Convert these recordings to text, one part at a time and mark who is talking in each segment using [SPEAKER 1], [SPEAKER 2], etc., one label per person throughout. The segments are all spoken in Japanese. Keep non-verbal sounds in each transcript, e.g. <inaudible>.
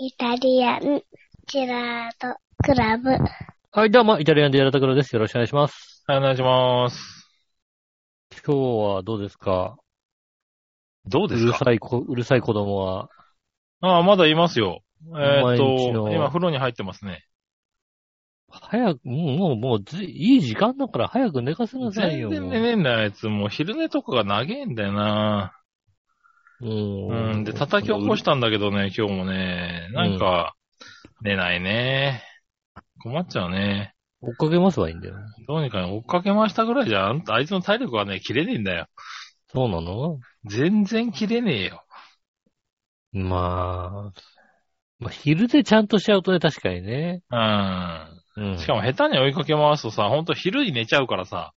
[SPEAKER 1] イタリアン、ジェラート、クラブ。
[SPEAKER 2] はい、どうも、イタリアンディアラタクロです。よろしくお願いします。
[SPEAKER 3] はい、お願いします。
[SPEAKER 2] 今日はどうですか
[SPEAKER 3] どう
[SPEAKER 2] う
[SPEAKER 3] です
[SPEAKER 2] る
[SPEAKER 3] か
[SPEAKER 2] さいこ、うるさい子供は。
[SPEAKER 3] ああ、まだいますよ。えーっ
[SPEAKER 2] 毎日の
[SPEAKER 3] と、今風呂に入ってますね。
[SPEAKER 2] 早く、もう、もう、もうず、いい時間だから早く寝かせなさい
[SPEAKER 3] 全
[SPEAKER 2] よ。
[SPEAKER 3] 然寝ねえんだよ、あいつ。もう昼寝とかが長えんだよな。
[SPEAKER 2] もううん。
[SPEAKER 3] うん。で、叩き起こしたんだけどね、今日もね。なんか、寝ないね。困っちゃうね。
[SPEAKER 2] 追っかけますわ、いいんだよ。
[SPEAKER 3] どうにか追っかけましたぐらいじゃ、あんあいつの体力はね、切れねえんだよ。
[SPEAKER 2] そうなの
[SPEAKER 3] 全然切れねえよ。
[SPEAKER 2] まあ、まあ、昼でちゃんとしちゃうとね、確かにね。
[SPEAKER 3] う
[SPEAKER 2] うん
[SPEAKER 3] ん。。しかも下手に追いかけ回すとさ、ほんと昼に寝ちゃうからさ。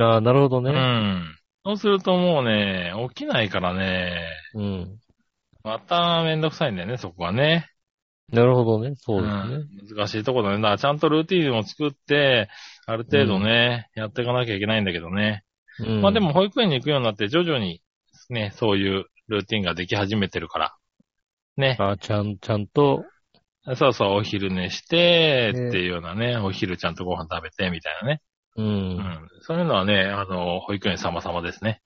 [SPEAKER 2] ああ、なるほど
[SPEAKER 3] う
[SPEAKER 2] ね。
[SPEAKER 3] ん。そうするともうね、起きないからね。
[SPEAKER 2] うん。
[SPEAKER 3] まためんどくさいんだよね、そこはね。
[SPEAKER 2] なるほどね。そうですね。
[SPEAKER 3] うん難しいとこだね。だからちゃんとルーティーンを作って、ある程度ね、やっていかなきゃいけないんだけどね。
[SPEAKER 2] うん
[SPEAKER 3] まあでも、保育園に行くようになって徐々にね、そういうルーティーンができ始めてるから。ね。
[SPEAKER 2] あちゃん、ちゃんと、
[SPEAKER 3] そうそう、お昼寝して、
[SPEAKER 2] ね
[SPEAKER 3] っていうようなね、お昼ちゃんとご飯食べて、みたいなね。
[SPEAKER 2] うん。
[SPEAKER 3] うん。そういうのはね、あの、保育園様々ですね。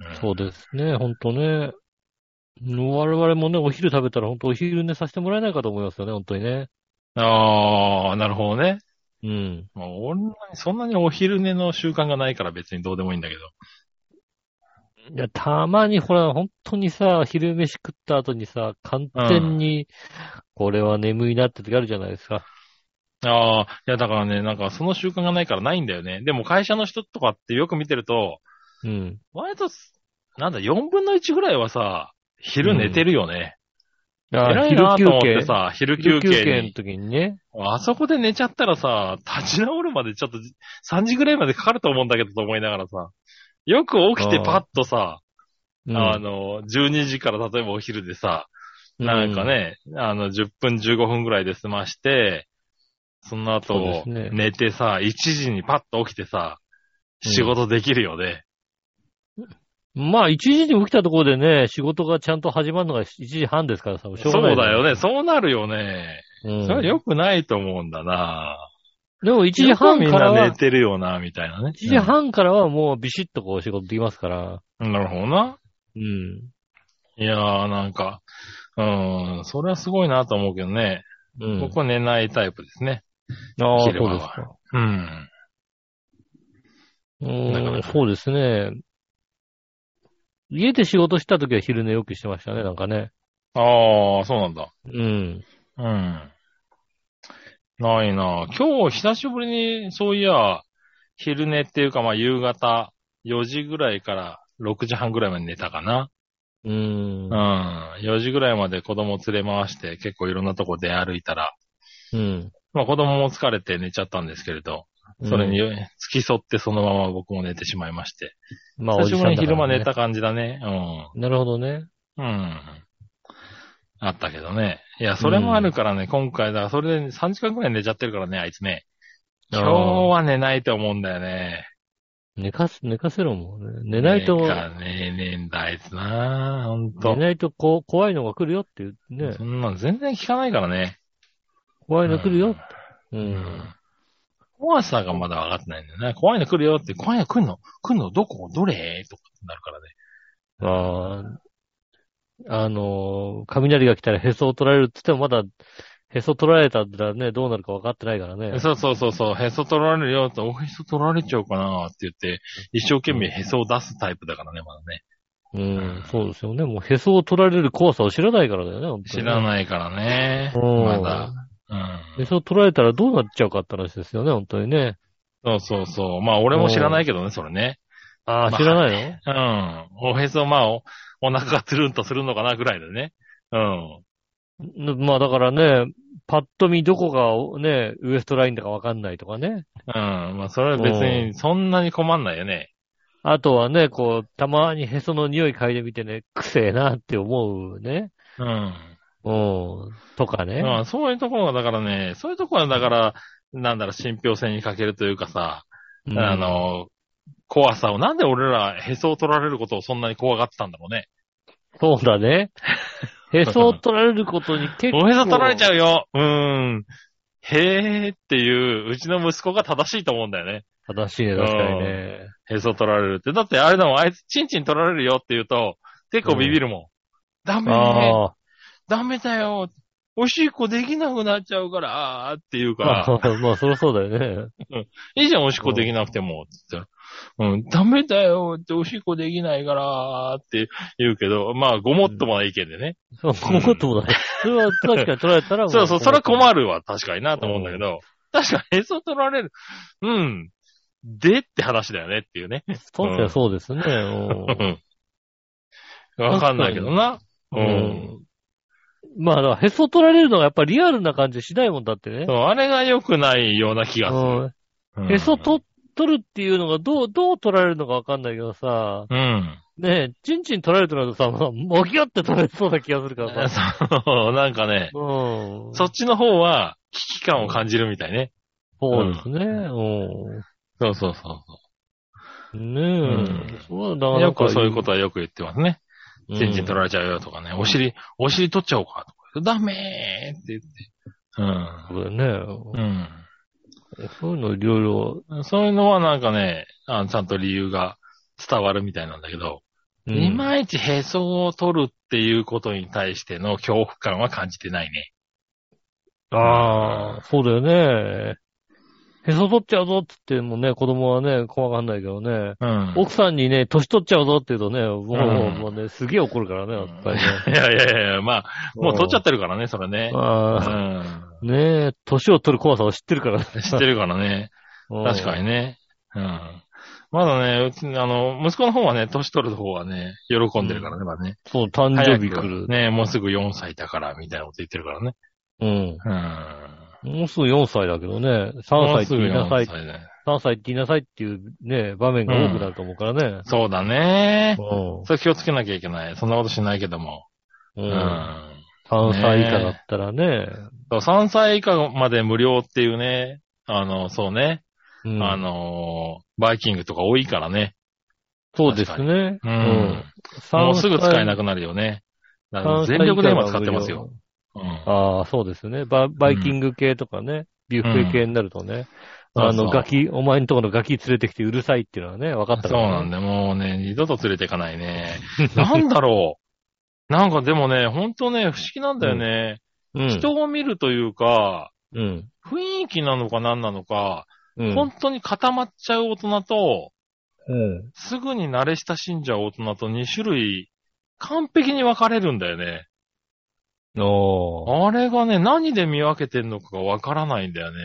[SPEAKER 3] うん
[SPEAKER 2] そうですね、ほんとね。我々もね、お昼食べたらほんとお昼寝させてもらえないかと思いますよね、ほんとにね。
[SPEAKER 3] ああ、なるほどね。
[SPEAKER 2] うん。
[SPEAKER 3] まあ、俺はそんなにお昼寝の習慣がないから別にどうでもいいんだけど。
[SPEAKER 2] いや、たまにほら、ほんとにさ、昼飯食った後にさ、完全に、これは眠いなって時あるじゃないですか。
[SPEAKER 3] ああ、いやだからね、なんかその習慣がないからないんだよね。でも会社の人とかってよく見てると、
[SPEAKER 2] うん。
[SPEAKER 3] 割と、なんだ、4分の1ぐらいはさ、昼寝てるよね。偉い
[SPEAKER 2] 昼
[SPEAKER 3] なと
[SPEAKER 2] 休
[SPEAKER 3] 思って
[SPEAKER 2] 憩。
[SPEAKER 3] さ、昼
[SPEAKER 2] 昼
[SPEAKER 3] 休
[SPEAKER 2] 休
[SPEAKER 3] 憩
[SPEAKER 2] 憩の
[SPEAKER 3] に。
[SPEAKER 2] 時にね。
[SPEAKER 3] あそこで寝ちゃったらさ、立ち直るまでちょっと3時ぐらいまでかかると思うんだけどと思いながらさ、よく起きてパッとさ、
[SPEAKER 2] うん
[SPEAKER 3] あの、12時から例えばお昼でさ、なんか。ね、あの、10分15分ぐらいで済まして、その
[SPEAKER 2] そうで
[SPEAKER 3] 後、
[SPEAKER 2] すね
[SPEAKER 3] 寝てさ、1時にパッと起きてさ、
[SPEAKER 2] うん
[SPEAKER 3] 仕事できるよ
[SPEAKER 2] うん
[SPEAKER 3] ね。
[SPEAKER 2] まあ、1時に起きたところでね、仕事がちゃんと始まるのが1時半ですからさ、し
[SPEAKER 3] そ
[SPEAKER 2] ょう
[SPEAKER 3] う
[SPEAKER 2] がない
[SPEAKER 3] だよね。そうなるよね。
[SPEAKER 2] ね。うん
[SPEAKER 3] それは良くないと思うんだな。
[SPEAKER 2] でも1時半か
[SPEAKER 3] よくみん
[SPEAKER 2] ら
[SPEAKER 3] な
[SPEAKER 2] は
[SPEAKER 3] 寝、てるよな、みたいなね。
[SPEAKER 2] 1時半からはもうビシッとこう仕事できますから。
[SPEAKER 3] うんなるほどな。
[SPEAKER 2] うん。
[SPEAKER 3] いやー、なんか、うん、それはすごいなと思うけどね。
[SPEAKER 2] うん。
[SPEAKER 3] 僕は寝ないタイプですね。
[SPEAKER 2] ああ、そうで
[SPEAKER 3] 昼間
[SPEAKER 2] す
[SPEAKER 3] は
[SPEAKER 2] か。
[SPEAKER 3] うん。
[SPEAKER 2] う
[SPEAKER 3] なか
[SPEAKER 2] ー、
[SPEAKER 3] なんか
[SPEAKER 2] そうですね。家で仕事した時は昼寝よくしてましたね、なんかね。
[SPEAKER 3] ああ、そうなんだ。
[SPEAKER 2] うん。
[SPEAKER 3] うん。ないなぁ今日久しぶりに、そういや、昼寝っていうか、まあ夕方4時ぐらいから6時半ぐらいまで寝たかな。
[SPEAKER 2] うーん。
[SPEAKER 3] うん。4時ぐらいまで子供連れ回して結構いろんなとこ出歩いたら、
[SPEAKER 2] うん。
[SPEAKER 3] まあ子供も疲れて寝ちゃったんですけれど、それによ付き添ってそのまま僕も寝てしまいまして。
[SPEAKER 2] まあ、お
[SPEAKER 3] 久
[SPEAKER 2] じ
[SPEAKER 3] しぶ
[SPEAKER 2] さん
[SPEAKER 3] り
[SPEAKER 2] だ
[SPEAKER 3] に
[SPEAKER 2] からね
[SPEAKER 3] 昼間寝た感じだね。うん。
[SPEAKER 2] なるほどね。
[SPEAKER 3] うん。あったけどね。いや、それもあるからね、今回、だからそれで3時間くらい寝ちゃってるからね、あいつね。今日は寝ないと思うんだよね。
[SPEAKER 2] 寝かす、寝かせろもんね。寝ないと、
[SPEAKER 3] 寝かねえねえんだ、あいつなほん
[SPEAKER 2] 寝
[SPEAKER 3] と。
[SPEAKER 2] ないとこ怖いのが来るよっていうね
[SPEAKER 3] そ。んなの全然聞かないからね。
[SPEAKER 2] 怖いの来るよ。う。
[SPEAKER 3] うんん。怖さがまだ分かってないんだよね。怖いの来るよって、怖いの来るの来るのどこどれとかってなるからね。
[SPEAKER 2] ああ、あのー、雷が来たらへそを取られるって言ってもまだ、へそ取られたらね、どうなるか分かってないからね。
[SPEAKER 3] そうそうそうそう、へそ取られるよって、おへそ取られちゃうかなって言って、一生懸命へそを出すタイプだからね、まだね。
[SPEAKER 2] うん、そうですよね。もうへそを取られる怖さを知らないからだよね、本当
[SPEAKER 3] 知
[SPEAKER 2] にね
[SPEAKER 3] らないからね。
[SPEAKER 2] うん
[SPEAKER 3] まだ。うん。
[SPEAKER 2] へそを取られたらどうなっちゃうかって話ですよね、本当にね。
[SPEAKER 3] そうそうそう。まあ、俺も知らないけどね、それね。
[SPEAKER 2] ああ、
[SPEAKER 3] まあ
[SPEAKER 2] 知らない
[SPEAKER 3] うん。おへそ、まあお、お腹がつるんとするのかなぐらいでね。うん。
[SPEAKER 2] の、まあだからね、パッと見どこがね、ウエストラインだかわかんないとかね。
[SPEAKER 3] うん。まあ、それは別
[SPEAKER 2] う
[SPEAKER 3] に、そんなに困んないよね。
[SPEAKER 2] あとはね、こう、たまにへその匂い嗅いでみてね、くせえなって思うね。
[SPEAKER 3] うん。
[SPEAKER 2] うん。とかね。
[SPEAKER 3] まあ、そういうところが、だからね、そういうところは、だから、なんだろう、信憑性に欠けるというかさ、
[SPEAKER 2] うん
[SPEAKER 3] あ、の、怖さを、 <laughs> なんで俺ら、へそを取られることをそんなに怖がってたんだろうね。
[SPEAKER 2] そうだね。へそを取られることに
[SPEAKER 3] <laughs>
[SPEAKER 2] 結構。
[SPEAKER 3] おへそ取られちゃ
[SPEAKER 2] う。
[SPEAKER 3] うよ。うーん。へーっていう、うちの息子が正しいと思うんだよね。
[SPEAKER 2] 正しいね、確かにね。
[SPEAKER 3] へそ取られるって。だってあれだもん、あいつ、チンチン取られるよって言うと、結構ビビるもん。ダメね、
[SPEAKER 2] あ
[SPEAKER 3] ダメだよ。おしっこできなくなっちゃうから、あーって言うから。
[SPEAKER 2] あ。まあ、そりゃそうだよね。
[SPEAKER 3] いいじゃん、おしっこできなくても、って言ったら。うん、ダメだよって、おしっこできないから、って言うけど、まあ、ごもっともな意見でね。
[SPEAKER 2] そう、思うともない。それは確かに取られたらも
[SPEAKER 3] そうそう、それは困るわ、確かにな、と思うんだけど、確かにへそ取られる。うん。でって話だよねっていうね。
[SPEAKER 2] そうですねそうです
[SPEAKER 3] <laughs>
[SPEAKER 2] ね。うん
[SPEAKER 3] うんわかんないけどな。う。
[SPEAKER 2] うんまあ、だからへそ取られるのがやっぱリアルな感じしないもんだってね
[SPEAKER 3] そう、。あれが良くないような気がす
[SPEAKER 2] うん
[SPEAKER 3] る。
[SPEAKER 2] へそ取取るっていうのがどう、どう取られるのかわかんないけどさ、
[SPEAKER 3] うん。
[SPEAKER 2] ねえ、ちんちん取られるとなるとさ、まあ、もぎゅって取られそうな気がする
[SPEAKER 3] <laughs>
[SPEAKER 2] からさ。
[SPEAKER 3] そう、なんかね、
[SPEAKER 2] うん。
[SPEAKER 3] そっちの方は危機感を感じるみたいね。
[SPEAKER 2] そうですね。うん。
[SPEAKER 3] そうそうそう。
[SPEAKER 2] ねえ。
[SPEAKER 3] うん
[SPEAKER 2] そうだ
[SPEAKER 3] よくそういうこと
[SPEAKER 2] は、
[SPEAKER 3] はよく言ってますね。チンチン取られちゃうよとかね。お尻、お尻取っちゃおうかとか。ダメーって言って。
[SPEAKER 2] そうだよ
[SPEAKER 3] う
[SPEAKER 2] ね。
[SPEAKER 3] ん。
[SPEAKER 2] そういうのいろいろ。
[SPEAKER 3] うん。そういうのはなんかね、あのちゃんと理由が伝わるみたいなんだけど、
[SPEAKER 2] うん
[SPEAKER 3] いまいちへそを取るっていうことに対しての恐怖感は感じてないね。
[SPEAKER 2] ああ、そうだよね。へそ取っちゃうぞって言ってもね、子供はね、怖がんないけどね。
[SPEAKER 3] うん。
[SPEAKER 2] 奥さんにね、年取っちゃうぞって言うとね、もう、
[SPEAKER 3] うん
[SPEAKER 2] もうね、すげえ怒るからね、やっぱりね。
[SPEAKER 3] <laughs> いやいやいや、まあ、もう取っちゃってるからね、それね。う
[SPEAKER 2] ああ、
[SPEAKER 3] ん。
[SPEAKER 2] ねえ、年を取る怖さを知ってるからね。
[SPEAKER 3] 知ってるからね。確かにね。うん。まだね、うち、あの、息子の方はね、年取る方はね、喜んでるからね、まだね。
[SPEAKER 2] そう、誕生日来る。
[SPEAKER 3] ね、もうすぐ4歳だから、みたいなこと言ってるからね。
[SPEAKER 2] うん。
[SPEAKER 3] う
[SPEAKER 2] もうすぐ4歳だけどね、3
[SPEAKER 3] ん。
[SPEAKER 2] 歳って言いなさい、
[SPEAKER 3] もうすぐ4歳だよ
[SPEAKER 2] 3歳って言いなさいっていうね、場面が多くなると思うからね。
[SPEAKER 3] そうだね。
[SPEAKER 2] う
[SPEAKER 3] それ気をつけなきゃいけない。そんなことしないけども。
[SPEAKER 2] ん。
[SPEAKER 3] う。
[SPEAKER 2] うんん。3歳以下だったらね。
[SPEAKER 3] そう3歳以下まで無料っていうね、あの、そうね。
[SPEAKER 2] うん
[SPEAKER 3] あのー、バイキングとか多いからね。
[SPEAKER 2] そうですね。う
[SPEAKER 3] う
[SPEAKER 2] ん
[SPEAKER 3] ん。もうすぐ使えな
[SPEAKER 2] く
[SPEAKER 3] くなるよね。だから全力で今使ってますよ。。うん。
[SPEAKER 2] ああ、そうですね。ババイキング系とかね、ビュッフェ系になるとね、
[SPEAKER 3] うん
[SPEAKER 2] あ
[SPEAKER 3] そう
[SPEAKER 2] の、
[SPEAKER 3] そう
[SPEAKER 2] ガキ、お前んとこのガキ連れてきてうるさいっていうのはね、分かったか
[SPEAKER 3] そう
[SPEAKER 2] ら、
[SPEAKER 3] な
[SPEAKER 2] ね。
[SPEAKER 3] んだよ。もうね、二度と連れていかないね。なんだろう。 <laughs> なんかでもね、ほんとね、不思議なんだよね。
[SPEAKER 2] うん
[SPEAKER 3] 人を見るというか、
[SPEAKER 2] うん。
[SPEAKER 3] 雰囲気なのか何なのか、
[SPEAKER 2] うん。
[SPEAKER 3] 本当に固まっちゃう大人と、
[SPEAKER 2] うん。
[SPEAKER 3] すぐに慣れ親しんじゃう大人と2種類、完璧に分かれるんだよね。
[SPEAKER 2] おー。
[SPEAKER 3] あれがね、何で見分けてんのかが分からないんだよね。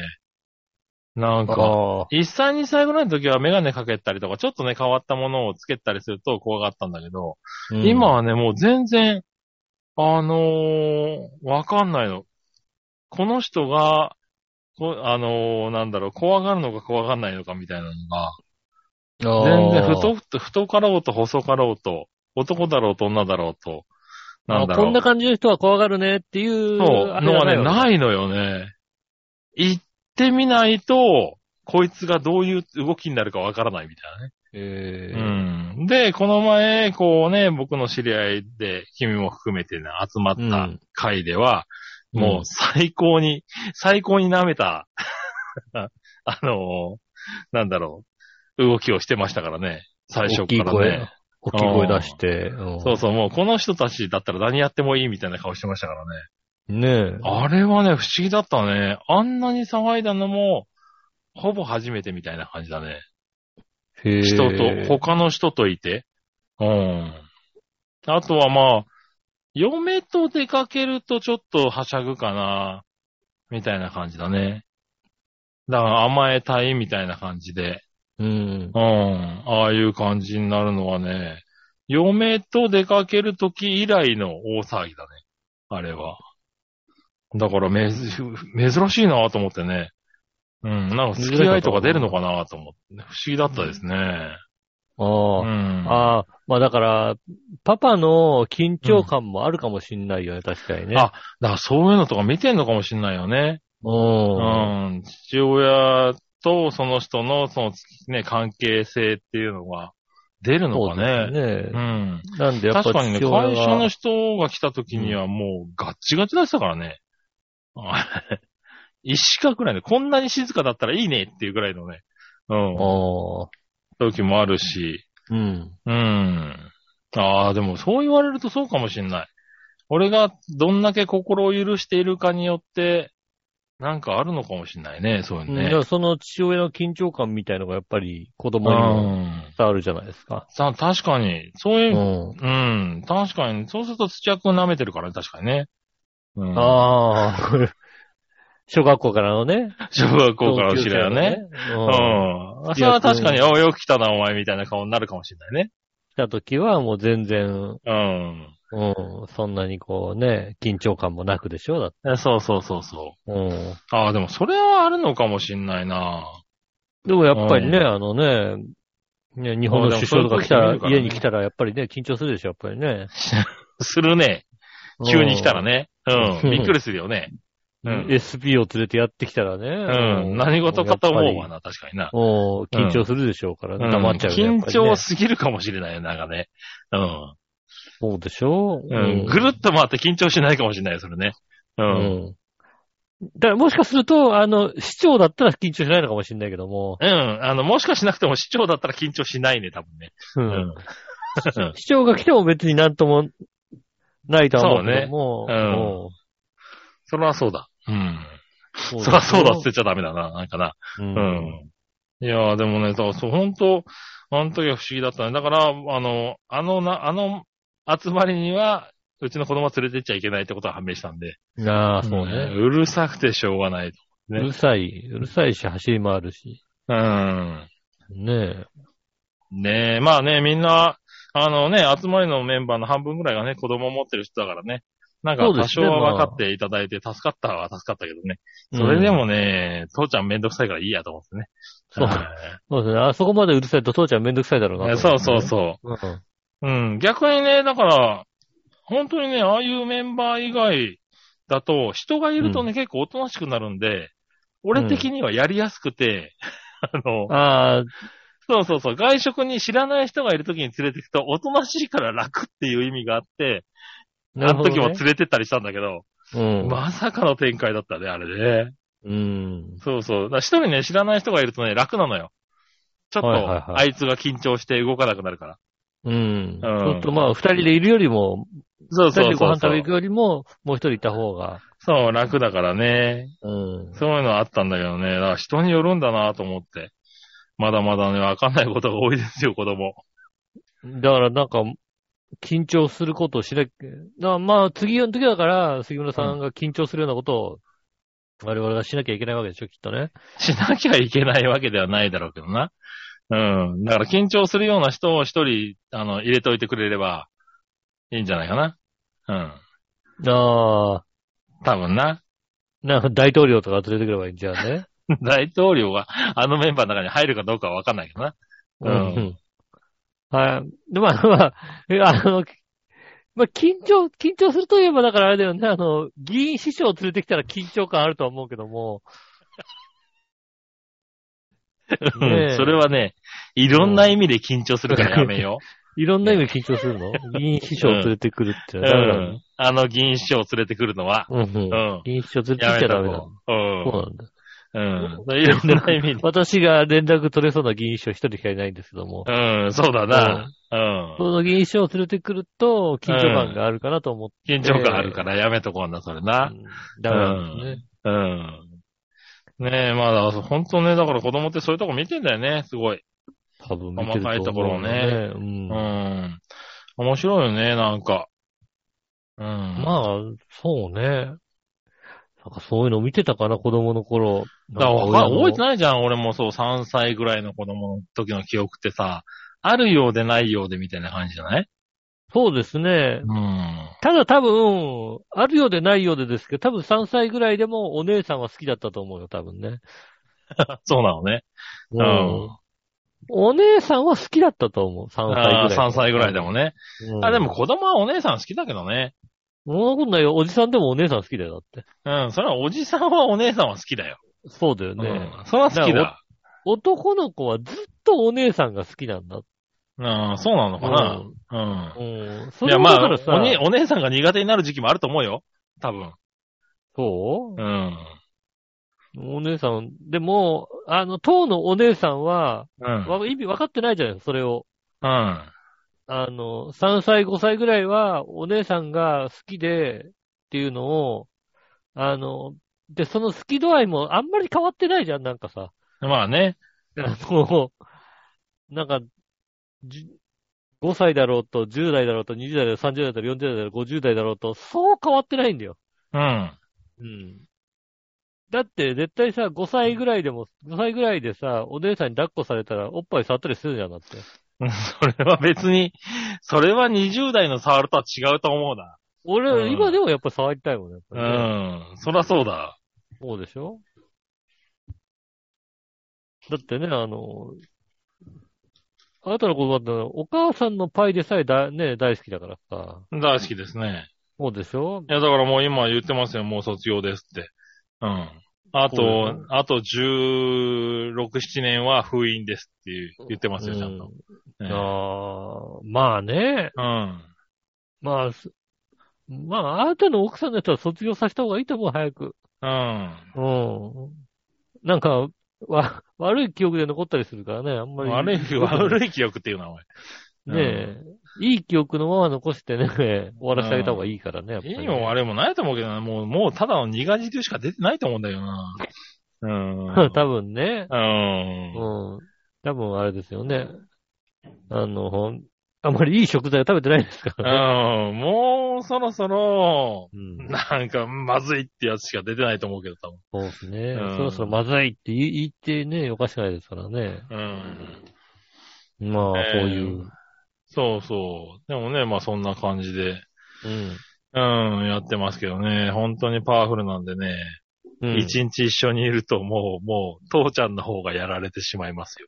[SPEAKER 3] なん
[SPEAKER 2] あ
[SPEAKER 3] か、
[SPEAKER 2] ー
[SPEAKER 3] 1歳2歳ぐらいの時はメガネかけたりとか、ちょっとね、変わったものをつけたりすると怖がったんだけど、
[SPEAKER 2] うん
[SPEAKER 3] 今はね、もう全然、あのーわかんないの。この人が、こあのーなんだろう、怖がるのか怖がんないのかみたいなのが、全然太、太、太かろうと細かろうと、男だろうと女だろうと、なんだ
[SPEAKER 2] あこ
[SPEAKER 3] ろ
[SPEAKER 2] ん
[SPEAKER 3] う。
[SPEAKER 2] な感じの人は怖がるねっていう。。
[SPEAKER 3] そう、のはね、ないいのよね。行ってみないと、こいつがどういう動きになるかわからないみたいなね。
[SPEAKER 2] え
[SPEAKER 3] うんで、この前、こうね、僕の知り合いで、君も含めてね、集まっ
[SPEAKER 2] う
[SPEAKER 3] た
[SPEAKER 2] ん
[SPEAKER 3] 会では、
[SPEAKER 2] うん
[SPEAKER 3] もう最高に、最高に舐めた、 <laughs> あのーなんだろう、動きをしてましたからね、最初からね。
[SPEAKER 2] 大きい声出して。うん
[SPEAKER 3] そうそう、もうこの人たちだったら何やってもいいみたいな顔してましたからね。
[SPEAKER 2] ねえ。
[SPEAKER 3] あれはね、不思議だったね。あんなに騒いだのも、ほぼ初めてみたいな感じだね。
[SPEAKER 2] へえ
[SPEAKER 3] 人と、他の人といて。うん。あとはまあ、嫁と出かけるとちょっとはしゃぐかな、みたいな感じだね。だから甘えたいみたいな感じで。
[SPEAKER 2] うん
[SPEAKER 3] う。ん。ああいう感じになるのはね、嫁と出かけるとき以来の大騒ぎだね。あれは。だからめ <laughs> ず、珍しいなと思ってね。うん。なんか付き合いとか出るのかなと思って、不思議だったですね。
[SPEAKER 2] ああ
[SPEAKER 3] う。ん
[SPEAKER 2] ああ、まあだから、パパの緊張感もあるかもしんないよね、確かにね。
[SPEAKER 3] あだからそういうのとか見てんのかもしんないよね。う
[SPEAKER 2] うん。
[SPEAKER 3] ん。父親とその人の、その、ね、関係性っていうのが、出るの
[SPEAKER 2] そ
[SPEAKER 3] か
[SPEAKER 2] うです
[SPEAKER 3] ね。
[SPEAKER 2] ね
[SPEAKER 3] う。ん。
[SPEAKER 2] なんでやっ
[SPEAKER 3] 確
[SPEAKER 2] ぱ
[SPEAKER 3] かにね、
[SPEAKER 2] 父
[SPEAKER 3] 会
[SPEAKER 2] 親が
[SPEAKER 3] 社の人が来た時にはもうガッチガチでしたからね。あれ石かくらいね、こんなに静かだったらいいねっていうぐらいのね、う
[SPEAKER 2] あ
[SPEAKER 3] ん、
[SPEAKER 2] あ。
[SPEAKER 3] 時もあるし、
[SPEAKER 2] うん。
[SPEAKER 3] うん。ああ、でもそう言われるとそうかもしんない。俺がどんだけ心を許しているかによって、なんかあるのかもしんないね、そういうの
[SPEAKER 2] だ
[SPEAKER 3] ね
[SPEAKER 2] か。らその父親の緊張感みたいのがやっぱり子
[SPEAKER 3] う
[SPEAKER 2] 供にも
[SPEAKER 3] ん。
[SPEAKER 2] 伝わるじゃないですか。
[SPEAKER 3] さ、確かに、そういうう、
[SPEAKER 2] ん。
[SPEAKER 3] うん、確かに、そうすると土屋くん舐めてるからね、確かにね。うん、
[SPEAKER 2] ああ、これ <laughs> 小学校からのね。
[SPEAKER 3] 小学校から後ろやね。
[SPEAKER 2] 同級
[SPEAKER 3] う
[SPEAKER 2] 生のね。うん。
[SPEAKER 3] ん。それは確かに、およく来たな、お前みたいな顔になるかもしれないね。
[SPEAKER 2] 来た時はもう全然、
[SPEAKER 3] うん
[SPEAKER 2] うん。そんなにこうね、緊張感もなくでしょだって。
[SPEAKER 3] え。そうそうそうそ
[SPEAKER 2] うん。
[SPEAKER 3] う。ああ、でもそれはあるのかもしんないな。
[SPEAKER 2] でもやっぱりね、
[SPEAKER 3] うん
[SPEAKER 2] あのね、ね、日本の首相とか来た
[SPEAKER 3] あで
[SPEAKER 2] ら、
[SPEAKER 3] もそういう時も
[SPEAKER 2] 家に
[SPEAKER 3] いるからね
[SPEAKER 2] 来たらやっぱりね、緊張するでしょ、やっぱりね。
[SPEAKER 3] するね。急に来たら
[SPEAKER 2] ね。
[SPEAKER 3] ね。
[SPEAKER 2] う
[SPEAKER 3] うんん。びっくりするよね。うん。
[SPEAKER 2] SP を連れてやってきたらね。
[SPEAKER 3] うん。何事かと思うわな、確かにな。
[SPEAKER 2] お緊張するでしょうから、ね
[SPEAKER 3] うん
[SPEAKER 2] 黙っちゃう、ねやっ
[SPEAKER 3] 緊
[SPEAKER 2] ぱりね
[SPEAKER 3] 張すぎるかもしれないよ、なんかね。うん。
[SPEAKER 2] そうでしょう
[SPEAKER 3] うん。ぐるっと回って緊張しないかもしれないよ、それね。う。
[SPEAKER 2] うんん。だからもしかすると、あの、市長だったら緊張しないのかもしれないけども、
[SPEAKER 3] うん。あの、もしかしなくても市長だったら緊張しないね、多分ね。
[SPEAKER 2] う
[SPEAKER 3] うんん。
[SPEAKER 2] 市長が来ても別になんともないとは思うけども、
[SPEAKER 3] そうねうん
[SPEAKER 2] も
[SPEAKER 3] そりゃそうだ。うん。
[SPEAKER 2] う
[SPEAKER 3] そりゃそうだって言っちゃダメだな、なんかな。
[SPEAKER 2] う。
[SPEAKER 3] うんん。いやーでもね、そう、そう、本当あの時は不思議だったね。だから、あの、あのな、あの集まりには、うちの子供は連れてっちゃいけないってことは判明したんで。
[SPEAKER 2] なあ、そうね。
[SPEAKER 3] んうるさくてしょうがないと。
[SPEAKER 2] う
[SPEAKER 3] ね
[SPEAKER 2] るさい、うるさいし、走り回るし。
[SPEAKER 3] うん。
[SPEAKER 2] ね
[SPEAKER 3] ねえ、まあね、みんな、あのね、集まりのメンバーの半分ぐらいがね、子供を持ってる人だからね。なんか
[SPEAKER 2] そうで
[SPEAKER 3] 多
[SPEAKER 2] す
[SPEAKER 3] 少
[SPEAKER 2] ね
[SPEAKER 3] は分
[SPEAKER 2] まあ
[SPEAKER 3] かっていただいて、助かったは助かったけどね。
[SPEAKER 2] え。
[SPEAKER 3] それで
[SPEAKER 2] うん、
[SPEAKER 3] もね、父ちゃんめんどくさいからいいやと思ってね。
[SPEAKER 2] そう
[SPEAKER 3] はい
[SPEAKER 2] そうですね。あそこまでうるさいと父ちゃんめんどくさいだろうなと
[SPEAKER 3] そ
[SPEAKER 2] 思
[SPEAKER 3] う
[SPEAKER 2] ね。
[SPEAKER 3] そうそう。
[SPEAKER 2] うん。
[SPEAKER 3] うん、逆にね、だから、本当にね、ああいうメンバー以外だと、人がいるとね、結構おとなしくなるんで、俺的にはやりやすくて、 <laughs> あの、
[SPEAKER 2] ああ、
[SPEAKER 3] そうそうそう、外食に知らない人がいるときに連れてくと、おとなしいから楽っていう意味があって、
[SPEAKER 2] な
[SPEAKER 3] あ
[SPEAKER 2] るほ
[SPEAKER 3] の
[SPEAKER 2] ど、
[SPEAKER 3] 時
[SPEAKER 2] ね。
[SPEAKER 3] も連れてったりしたんだけど、
[SPEAKER 2] うん。
[SPEAKER 3] まさかの展開だったね、あれね。
[SPEAKER 2] うん。
[SPEAKER 3] そうそう。だから一人ね、知らない人がいるとね、楽なのよ。ちょっと、
[SPEAKER 2] はいはいはい
[SPEAKER 3] あいつが緊張して動かなくなるから。
[SPEAKER 2] うん。ち
[SPEAKER 3] うん
[SPEAKER 2] ょっとまあ、二人でいるよりも、
[SPEAKER 3] そう
[SPEAKER 2] 二人
[SPEAKER 3] そう
[SPEAKER 2] でご
[SPEAKER 3] そう
[SPEAKER 2] 飯食
[SPEAKER 3] そ
[SPEAKER 2] べ
[SPEAKER 3] う
[SPEAKER 2] 行く。よりも、もう一人いた方が。
[SPEAKER 3] そう、楽だからね。
[SPEAKER 2] うん。
[SPEAKER 3] そういうのあったんだけどね。だから人によるんだなと思って。まだまだね、わかんないことが多いですよ、子供。
[SPEAKER 2] だからなんか、緊張することをしなきゃ、だからまあ、次の時だから、杉村さんが緊張するようなことを、我々がしなきゃいけないわけでしょ、きっとね。
[SPEAKER 3] しなきゃいけないわけではないだろうけどな。うん。だから緊張するような人を一人、あの、入れといてくれれば、いいんじゃないかな。うん。
[SPEAKER 2] ああ、
[SPEAKER 3] 多分な。 <laughs>
[SPEAKER 2] なんか大統領とか連れてくればいいんじゃあね。
[SPEAKER 3] 大統領があのメンバーの中に入るかどうかはわかんないけどな。 <laughs> うん。
[SPEAKER 2] はい。で、まあ、まあ、えあの、まあ、緊張、緊張するといえば、だからあれだよね、あの、議員師匠を連れてきたら緊張感あるとは思うけども、ねえ
[SPEAKER 3] うん。それはね、いろんな意味で緊張するからやめよ
[SPEAKER 2] いろんな意味で緊張する
[SPEAKER 3] <laughs>
[SPEAKER 2] の議員師匠を連れてくるって
[SPEAKER 3] う。
[SPEAKER 2] いう
[SPEAKER 3] う
[SPEAKER 2] のはダメなの
[SPEAKER 3] ん。あの議員師匠を連れてくるのは。
[SPEAKER 2] うんう
[SPEAKER 3] う
[SPEAKER 2] ん
[SPEAKER 3] ん。
[SPEAKER 2] 議員師匠連れて
[SPEAKER 3] や
[SPEAKER 2] き
[SPEAKER 3] め
[SPEAKER 2] ちゃ
[SPEAKER 3] た
[SPEAKER 2] ダメな
[SPEAKER 3] こ
[SPEAKER 2] の。
[SPEAKER 3] う。うん
[SPEAKER 2] そう。なんだ。
[SPEAKER 3] うん。いろんな意味で。
[SPEAKER 2] 私が連絡取れそうな議員師匠一人しかいないんですけども、
[SPEAKER 3] うん、そうだな。うん。
[SPEAKER 2] その議員師匠を連れてくると、緊張感があるかなと思って。
[SPEAKER 3] 緊張感あるからやめとこうな、それな。
[SPEAKER 2] うんダメなんですね。
[SPEAKER 3] うん。ねえ、まあ、だから本当ね、だから子供ってそういうとこ見てんだよね、すごい。
[SPEAKER 2] 多分見てると思う、ね。
[SPEAKER 3] 細かいところをね
[SPEAKER 2] うん
[SPEAKER 3] うん。面白いよね、なんか。うん。
[SPEAKER 2] まあ、そうね。なんかそういうの見てたかな、子供の頃。
[SPEAKER 3] だからわか覚えて
[SPEAKER 2] ない
[SPEAKER 3] ないじゃん、俺もそう、3歳ぐらいの子供の時の記憶ってさ、あるようでないようでみたいな感じじゃない
[SPEAKER 2] そうですね
[SPEAKER 3] う。ん。
[SPEAKER 2] ただ多分、あるようでないようでですけど、多分3歳ぐらいでもお姉さんは好きだったと思うよ、多分ね。
[SPEAKER 3] そうなのね。
[SPEAKER 2] うんお姉さんは好きだったと思う、3歳ぐら
[SPEAKER 3] あ
[SPEAKER 2] い。
[SPEAKER 3] ー3歳ぐらいで。もね。
[SPEAKER 2] うん、
[SPEAKER 3] あ、でも、子供はお姉さん好きだけどね。
[SPEAKER 2] そんなことないよ。おじさんでもお姉さん好きだよ、だって。
[SPEAKER 3] うん、それはおじさんはお姉さんは好きだよ。
[SPEAKER 2] そうだよね。
[SPEAKER 3] うん。それは好きだ。
[SPEAKER 2] 男の子はずっとお姉さんが好きなんだ。
[SPEAKER 3] うああ、そうなのかな。うん。
[SPEAKER 2] うん。そ
[SPEAKER 3] い
[SPEAKER 2] れ
[SPEAKER 3] や、
[SPEAKER 2] も
[SPEAKER 3] ま
[SPEAKER 2] だ
[SPEAKER 3] あ
[SPEAKER 2] からさ、
[SPEAKER 3] おに、お姉さんが苦手になる時期もあると思うよ。多分。
[SPEAKER 2] そう
[SPEAKER 3] うん。
[SPEAKER 2] お姉さん、でも、あの、当のお姉さんは、
[SPEAKER 3] うん。
[SPEAKER 2] わ意味分かってないじゃないですか、それを。
[SPEAKER 3] うん。
[SPEAKER 2] あの、3歳、5歳ぐらいは、お姉さんが好きで、っていうのを、あの、で、その好き度合いもあんまり変わってないじゃん、なんかさ。
[SPEAKER 3] まあね。
[SPEAKER 2] あの、なんか、じゅ5歳だろうと、10代だろうと、20代だろうと、30代だろうと、40代だろうと、50代だろうと、そう変わってないんだよ。
[SPEAKER 3] うん。
[SPEAKER 2] うん。だって、絶対さ、5歳ぐらいでも、5歳ぐらいでさ、お姉さんに抱っこされたら、おっぱい触ったりするじゃん、だって。
[SPEAKER 3] それは別に、それは20代の触るとは違うと思うな。
[SPEAKER 2] 俺、
[SPEAKER 3] うん
[SPEAKER 2] 今でもやっぱ触りたいもんね。やっぱりね
[SPEAKER 3] うん。そらそうだ。
[SPEAKER 2] そうでしょだってね、あの、あなたの子供だったら、お母さんのパイでさえだ、ね、大好きだからさ。
[SPEAKER 3] 大好きですね。
[SPEAKER 2] そうでしょ
[SPEAKER 3] いや、だからもう今言ってますよ。もう卒業ですって。うん。あ
[SPEAKER 2] そうで
[SPEAKER 3] と
[SPEAKER 2] すね、
[SPEAKER 3] あと16、7年は封印ですっていう言ってますよ、ちゃんと。
[SPEAKER 2] う
[SPEAKER 3] ね
[SPEAKER 2] んあーまあね。
[SPEAKER 3] うん。
[SPEAKER 2] まあ、すまあ、あなたの奥さんのやつは卒業させた方がいいと思う、早く。
[SPEAKER 3] うん。
[SPEAKER 2] うん。なんか、わ、悪い記憶で残ったりするからね、あんまり。
[SPEAKER 3] 悪い、悪い記憶っていうのは、
[SPEAKER 2] ねえ、いい記憶のまま残してね、終わらせてあげた方がいいからね、やっぱ
[SPEAKER 3] い
[SPEAKER 2] りね
[SPEAKER 3] いも悪いもないと思うけどな。もう、もうただの苦汁しか出てないと思うんだよな。う
[SPEAKER 2] <laughs>
[SPEAKER 3] ん。
[SPEAKER 2] 多分ね。
[SPEAKER 3] うん。
[SPEAKER 2] うん。多分あれですよね。あの、ほんあんまりいい食材を食べてないですからね。
[SPEAKER 3] うん。もうそろそろ、
[SPEAKER 2] うん。
[SPEAKER 3] なんか、まずいってやつしか出てないと思うけど、多分。
[SPEAKER 2] そうですね
[SPEAKER 3] う。ん
[SPEAKER 2] そろそろまずいって言い言ってね、おかしくないですからね。
[SPEAKER 3] うん。
[SPEAKER 2] まあ、こ
[SPEAKER 3] ええ
[SPEAKER 2] ういう。
[SPEAKER 3] そうそう。でもね、まあそんな感じで、
[SPEAKER 2] うん
[SPEAKER 3] うん、やってますけどね。本当にパワフルなんでね。
[SPEAKER 2] うん。
[SPEAKER 3] 一、日一緒にいるともう、もう、父ちゃんの方がやられてしまいますよ。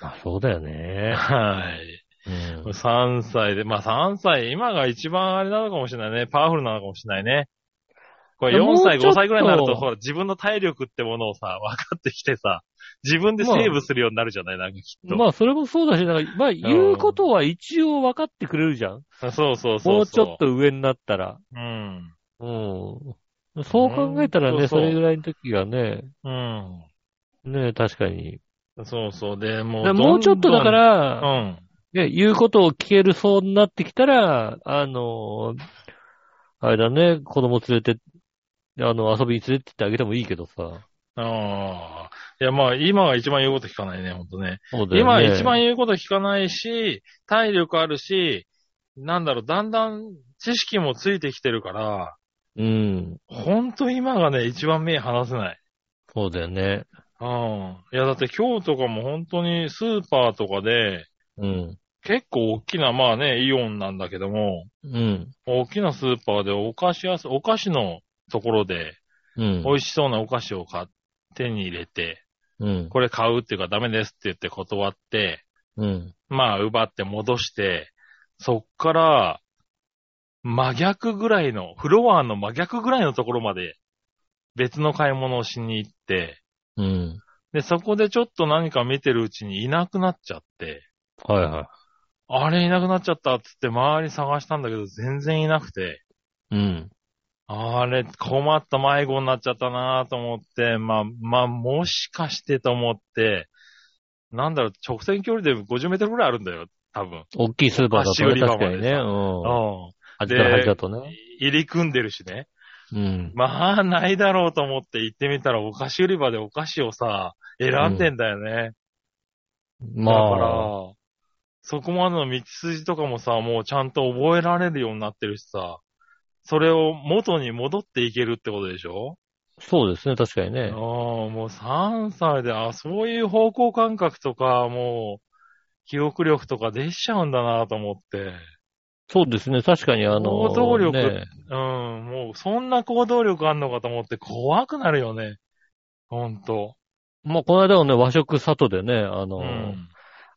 [SPEAKER 2] まあ、そうだよ
[SPEAKER 3] <laughs>
[SPEAKER 2] ね。
[SPEAKER 3] はい。
[SPEAKER 2] うん。
[SPEAKER 3] 3歳で、まあ3歳、今が一番あれなのかもしれないね。パワフルなのかもしれないね。これ
[SPEAKER 2] いや
[SPEAKER 3] 4歳、
[SPEAKER 2] もうちょっと
[SPEAKER 3] 5歳ぐらいになると、ほら、自分の体力ってものをさ、分かってきてさ、自分でセーブするようになるじゃないなんかきっと。
[SPEAKER 2] まあ、それもそうだし、なんか、まあ、言うことは一応分かってくれるじゃん。
[SPEAKER 3] そうそうそうそう。
[SPEAKER 2] もうちょっ。と上になったら。
[SPEAKER 3] うん。
[SPEAKER 2] うん。そう考えたら
[SPEAKER 3] う
[SPEAKER 2] ね、
[SPEAKER 3] んそうそう
[SPEAKER 2] それぐらいの時がね、
[SPEAKER 3] うん。
[SPEAKER 2] ね、確かに。
[SPEAKER 3] そうそう。で、もう
[SPEAKER 2] だからもうちょっとだか、
[SPEAKER 3] ど
[SPEAKER 2] ら
[SPEAKER 3] んど、ん
[SPEAKER 2] ね、言うことを聞けるそうになってきたら、あの、あれだね、子供連れて、あの、遊びに連れてってあげてもいいけどさ。
[SPEAKER 3] うん。ああ。いや、まあ、今が一番言うこと聞かないね、ほんとね。
[SPEAKER 2] そうだよ
[SPEAKER 3] 今
[SPEAKER 2] ね。
[SPEAKER 3] 一番言うこと聞かないし、体力あるし、なんだろう、だんだん知識もついてきてるから、
[SPEAKER 2] うん。
[SPEAKER 3] ほんと今がね、一番目離せない。
[SPEAKER 2] そうだよね。
[SPEAKER 3] うん。いや、だって今日とかも本当にスーパーとかで、
[SPEAKER 2] うん。
[SPEAKER 3] 結構大きな、まあね、イオンなんだけども、
[SPEAKER 2] うん。
[SPEAKER 3] 大きなスーパーでお菓子屋さん、お菓子のところで、
[SPEAKER 2] うん。
[SPEAKER 3] 美味しそうなお菓子を買っ手に入れて、
[SPEAKER 2] うん。
[SPEAKER 3] これ買うっていうかダメですって言って断って、
[SPEAKER 2] うん。
[SPEAKER 3] まあ、奪って戻して、そっから、真逆ぐらいの、フロアの真逆ぐらいのところまで、別の買い物をしに行って、
[SPEAKER 2] うん。
[SPEAKER 3] で、そこでちょっと何か見てるうちにいなくなっちゃって、
[SPEAKER 2] はいは
[SPEAKER 3] あれいなくなっちゃったっつって周り探したんだけど全然いなくて、
[SPEAKER 2] い。うん。
[SPEAKER 3] あれ困った迷子になっちゃったなと思って、まあ、まあ、もしかしてと思って、なんだろう、直線距離で50メートルぐらいあるんだよ、多分。
[SPEAKER 2] 大きいスーパーだ
[SPEAKER 3] 足
[SPEAKER 2] と
[SPEAKER 3] 売
[SPEAKER 2] ね、
[SPEAKER 3] り場
[SPEAKER 2] 確かにね。う
[SPEAKER 3] まで
[SPEAKER 2] ん。
[SPEAKER 3] うん。
[SPEAKER 2] 端
[SPEAKER 3] で
[SPEAKER 2] から端だとね。
[SPEAKER 3] 入り組んでるしね。
[SPEAKER 2] うん。
[SPEAKER 3] まあ、ないだろうと思って行ってみたら、お菓子売り場でお菓子をさ、選んでんだよね。
[SPEAKER 2] ま
[SPEAKER 3] だか
[SPEAKER 2] あ、
[SPEAKER 3] ら、そこまでの道筋とかもさ、もうちゃんと覚えられるようになってるしさ、それを元に戻っていけるってことでしょ
[SPEAKER 2] そうですね、確かに
[SPEAKER 3] ああ、
[SPEAKER 2] ね。
[SPEAKER 3] もう3歳で、あそういう方向感覚とか、もう、記憶力とかできちゃうんだなと思って。
[SPEAKER 2] そうですね、確かにあの、
[SPEAKER 3] 行動力
[SPEAKER 2] ね
[SPEAKER 3] うん、もうそんな行動力あんのかと思って怖くなるよね。ほんと。
[SPEAKER 2] まあ、この間もね、和食里でね、あの、
[SPEAKER 3] うん。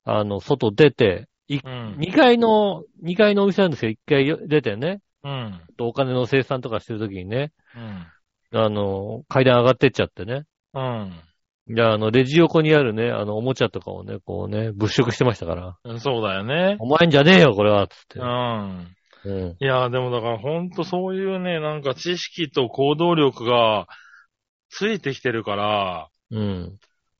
[SPEAKER 2] あの、外出て、
[SPEAKER 3] うん。
[SPEAKER 2] 2階の、2階のお店なんですけど、1階出てね、
[SPEAKER 3] うん。
[SPEAKER 2] お金の生産とかしてるときにね、
[SPEAKER 3] うん。
[SPEAKER 2] あの、階段上がってっちゃってね、
[SPEAKER 3] うん。
[SPEAKER 2] いや、あの、レジ横にあるね、あの、おもちゃとかをね、こうね、物色してましたから。
[SPEAKER 3] そうだよね。
[SPEAKER 2] お前んじゃねえよ、これは、つって
[SPEAKER 3] う。ん。
[SPEAKER 2] うん。
[SPEAKER 3] いや、でもだからほんとそういうね、なんか知識と行動力がついてきてるから、
[SPEAKER 2] うん。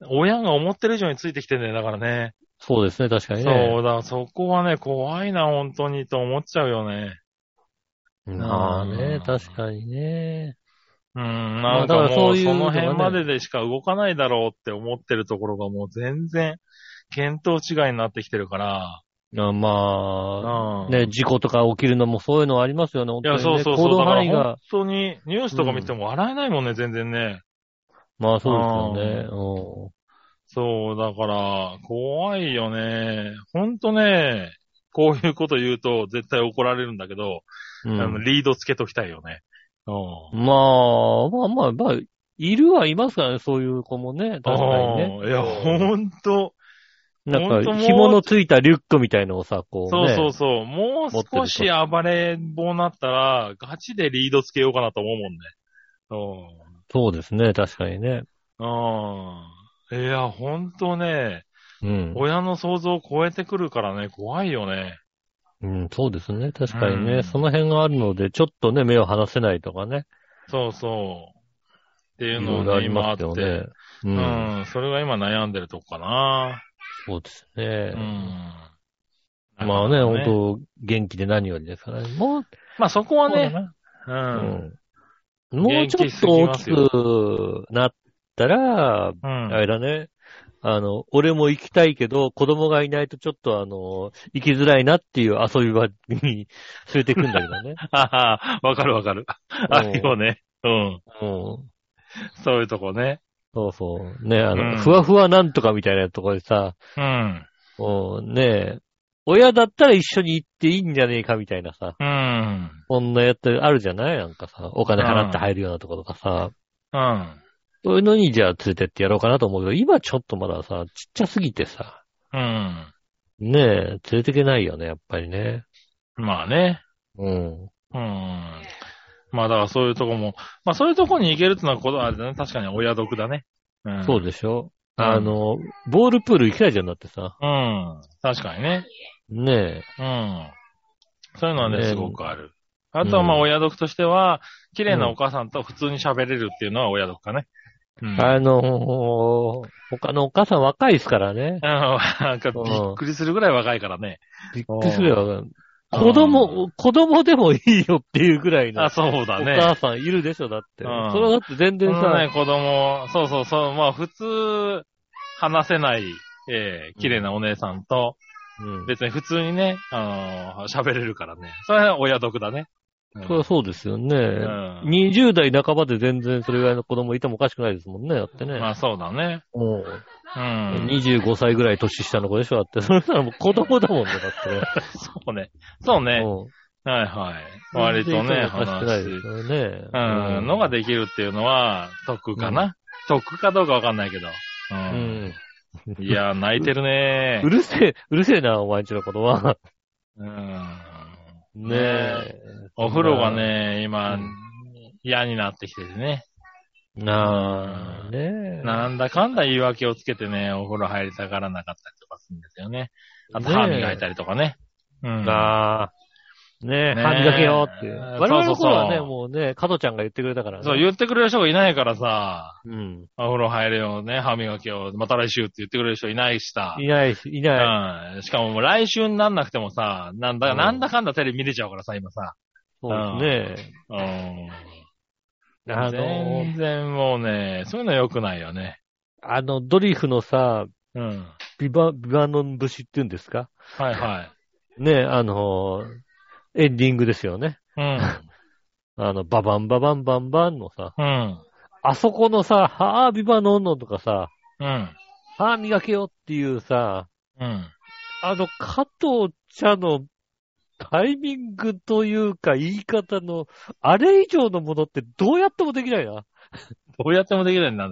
[SPEAKER 3] 親が思ってる以上についてきてんだよ、だからね。
[SPEAKER 2] そうですね、確かに
[SPEAKER 3] そ
[SPEAKER 2] ね。
[SPEAKER 3] うだ、そこはね、怖いな、本当に、と思っちゃうよね。
[SPEAKER 2] まあね
[SPEAKER 3] うん、
[SPEAKER 2] 確かにね。
[SPEAKER 3] うん、
[SPEAKER 2] ま
[SPEAKER 3] な
[SPEAKER 2] あ
[SPEAKER 3] んか
[SPEAKER 2] だから
[SPEAKER 3] も
[SPEAKER 2] そう
[SPEAKER 3] う、
[SPEAKER 2] いう
[SPEAKER 3] そ
[SPEAKER 2] の
[SPEAKER 3] の
[SPEAKER 2] がね
[SPEAKER 3] 辺まででしか動かないだろうって思ってるところがもう全然、見当違いになってきてるから。
[SPEAKER 2] あま
[SPEAKER 3] う
[SPEAKER 2] あ、
[SPEAKER 3] ん。
[SPEAKER 2] ね、事故とか起きるのもそういうのはありますよね、本
[SPEAKER 3] い
[SPEAKER 2] 当に
[SPEAKER 3] や、
[SPEAKER 2] ね
[SPEAKER 3] そうそうそう。
[SPEAKER 2] 行動
[SPEAKER 3] だから
[SPEAKER 2] 範囲
[SPEAKER 3] 本
[SPEAKER 2] が。
[SPEAKER 3] 当に、ニュースとか見ても笑えないもんね、全然ね。
[SPEAKER 2] まあそうですよ
[SPEAKER 3] そう、だから、怖いよね。ほんとね、こういうこと言うと絶対怒られるんだけど、
[SPEAKER 2] ね。うん
[SPEAKER 3] あ
[SPEAKER 2] う
[SPEAKER 3] の
[SPEAKER 2] ん。
[SPEAKER 3] リードつけときたいよね。うん。
[SPEAKER 2] まあ、まあまあ、まあ、いるはいますからね、そういう子もね。確かにね。
[SPEAKER 3] うんいや、ほんと、
[SPEAKER 2] なん
[SPEAKER 3] ほんと
[SPEAKER 2] か、
[SPEAKER 3] もう
[SPEAKER 2] 紐のついたリュックみたいのをさ、こう
[SPEAKER 3] そう
[SPEAKER 2] ね。
[SPEAKER 3] そうそう。もう少し暴れん坊になったら、ガチでリードつけようかなと思うもんね。
[SPEAKER 2] そうですね、確かにね。
[SPEAKER 3] うん。うん。いや、ほんとね、
[SPEAKER 2] うん。
[SPEAKER 3] 親の想像を超えてくるからね、怖いよね。
[SPEAKER 2] うん、そうですね。確かにね、
[SPEAKER 3] うん
[SPEAKER 2] その辺があるので、ちょっとね、目を離せないとかね。
[SPEAKER 3] そうそう。っていう
[SPEAKER 2] いろい
[SPEAKER 3] の
[SPEAKER 2] ろ
[SPEAKER 3] を
[SPEAKER 2] あ
[SPEAKER 3] ね、
[SPEAKER 2] り
[SPEAKER 3] 今あ
[SPEAKER 2] ま
[SPEAKER 3] っ
[SPEAKER 2] すよ
[SPEAKER 3] て
[SPEAKER 2] ね。。う。
[SPEAKER 3] うんん、それが今悩んでるとこかな。
[SPEAKER 2] そうです
[SPEAKER 3] う
[SPEAKER 2] ね。
[SPEAKER 3] ん。
[SPEAKER 2] まあね、
[SPEAKER 3] なるほど
[SPEAKER 2] 本当元気で何よりですからね。もう、
[SPEAKER 3] まあそこはね、う。
[SPEAKER 2] うんん。もうちょっと大きくなったら、
[SPEAKER 3] うん。
[SPEAKER 2] あれだね。あの、俺も行きたいけど、子供がいないとちょっとあの、行きづらいなっていう遊び場に連れてくんだけ
[SPEAKER 3] <laughs>
[SPEAKER 2] どね。
[SPEAKER 3] あははわかるわかる。あるよね。うん。
[SPEAKER 2] うん。
[SPEAKER 3] そういうとこね。
[SPEAKER 2] そうそう。ね、あの、
[SPEAKER 3] うん
[SPEAKER 2] ふわふわなんとかみたいなところでさ、
[SPEAKER 3] うん。
[SPEAKER 2] うん、ねえ、親だったら一緒に行っていいんじゃねえかみたいなさ、
[SPEAKER 3] うん。
[SPEAKER 2] こんなやつあるじゃないなんかさ、お金払って入るようなとことかさ、
[SPEAKER 3] うん。
[SPEAKER 2] そういうのにじゃあ連れてってやろうかなと思うけど、今ちょっとまださ、ちっちゃすぎてさ、
[SPEAKER 3] うん。
[SPEAKER 2] ねえ、連れてけないよね、やっぱりね。
[SPEAKER 3] まあね。
[SPEAKER 2] うん。
[SPEAKER 3] うん。まあだからそういうとこも、まあそういうとこに行けるってのはことあれだね。確かに親毒だね。うん。
[SPEAKER 2] そうでしょ、あの、ボールプール行きたいじゃんだってさ、
[SPEAKER 3] うん。確かにね。
[SPEAKER 2] ね
[SPEAKER 3] うん。そういうのはね、
[SPEAKER 2] ね
[SPEAKER 3] すごくある。あとは、まあ、
[SPEAKER 2] うん
[SPEAKER 3] 親読としては、綺麗なお母さんと普通に喋れるっていうのは親読かね。う
[SPEAKER 2] え、
[SPEAKER 3] ん。
[SPEAKER 2] あの、他のお母さん若いですからね。
[SPEAKER 3] あの、なんか、びっくりするぐらい若いからね。
[SPEAKER 2] びっくりするよ。
[SPEAKER 3] うん
[SPEAKER 2] 子供、子供でもいいよっていうぐらいの。
[SPEAKER 3] あ、そうだ
[SPEAKER 2] お
[SPEAKER 3] ね。
[SPEAKER 2] 母さんいるでしょ、だって。
[SPEAKER 3] うん
[SPEAKER 2] それだって全
[SPEAKER 3] そ
[SPEAKER 2] 然
[SPEAKER 3] の
[SPEAKER 2] さ、
[SPEAKER 3] ね、子供、そうそうそう、まあ、普通、話せない、えー、綺麗なお姉さんと、
[SPEAKER 2] うん
[SPEAKER 3] 別に普通にね、あのー喋れるからね。それは親読だね。うん
[SPEAKER 2] それはそうですよね、
[SPEAKER 3] ん
[SPEAKER 2] 20代半ばで全然それぐらいの子供いてもおかしくないですもんね、だってね。
[SPEAKER 3] まあ、そうだね。
[SPEAKER 2] もう
[SPEAKER 3] うん。
[SPEAKER 2] 25歳ぐらい年下の子でしょ、だって。それならもう子供だもんね、だってね。
[SPEAKER 3] そうね。そうね。
[SPEAKER 2] うん
[SPEAKER 3] はいはい。割とね、
[SPEAKER 2] 全然いてもおかしくない
[SPEAKER 3] 話
[SPEAKER 2] ですよね。
[SPEAKER 3] うん、のができるっていうのは、得かな、得かどうかわかんないけど。う。
[SPEAKER 2] うんん。
[SPEAKER 3] いや、泣いてるね
[SPEAKER 2] うるせえ、うるせえな、お前んちの子供
[SPEAKER 3] <laughs>
[SPEAKER 2] は。
[SPEAKER 3] うん。
[SPEAKER 2] ねえ。
[SPEAKER 3] お風呂がね、今、
[SPEAKER 2] うん
[SPEAKER 3] 嫌になってきててね。
[SPEAKER 2] なあ、ねえ。
[SPEAKER 3] なんだかんだ言い訳をつけてね、お風呂入りたがらなかったりとかするんですよね。あと、
[SPEAKER 2] ねえ
[SPEAKER 3] 歯磨いたりとかね。うん。
[SPEAKER 2] なあ。ねえ、
[SPEAKER 3] ねえ
[SPEAKER 2] 歯磨けよって。
[SPEAKER 3] そうそうそう
[SPEAKER 2] 我々の頃はね、もうね、加藤ちゃんが言ってくれたからね。
[SPEAKER 3] そう、言ってくれる人がいないからさ、
[SPEAKER 2] うん。
[SPEAKER 3] お風呂入れよね、歯磨きを、また来週って言ってくれる人いないしさ。
[SPEAKER 2] いないし、いない。
[SPEAKER 3] うん。しかももう来週になんなくてもさ、なんだ、
[SPEAKER 2] うん
[SPEAKER 3] なんだかんだテレビ見れちゃうからさ、今さ。
[SPEAKER 2] そうですね。
[SPEAKER 3] うん。
[SPEAKER 2] あの
[SPEAKER 3] 全、然もうね、そういうの良くないよね。
[SPEAKER 2] あの、ドリフのさ、
[SPEAKER 3] うん。
[SPEAKER 2] ビバ、ビバノン節っていうんですか
[SPEAKER 3] はいはい。
[SPEAKER 2] ね、あの、エンディングですよね。
[SPEAKER 3] うん。
[SPEAKER 2] あの、ババンババンバンバンのさ、
[SPEAKER 3] うん。
[SPEAKER 2] あそこのさ、はぁ、ビバノンのとかさ、
[SPEAKER 3] うん。
[SPEAKER 2] はぁ、磨けよっていうさ、
[SPEAKER 3] うん。
[SPEAKER 2] あの、加藤茶のタイミングというか言い方の、あれ以上のものってどうやってもできないな。
[SPEAKER 3] どうやってもできないんだよ。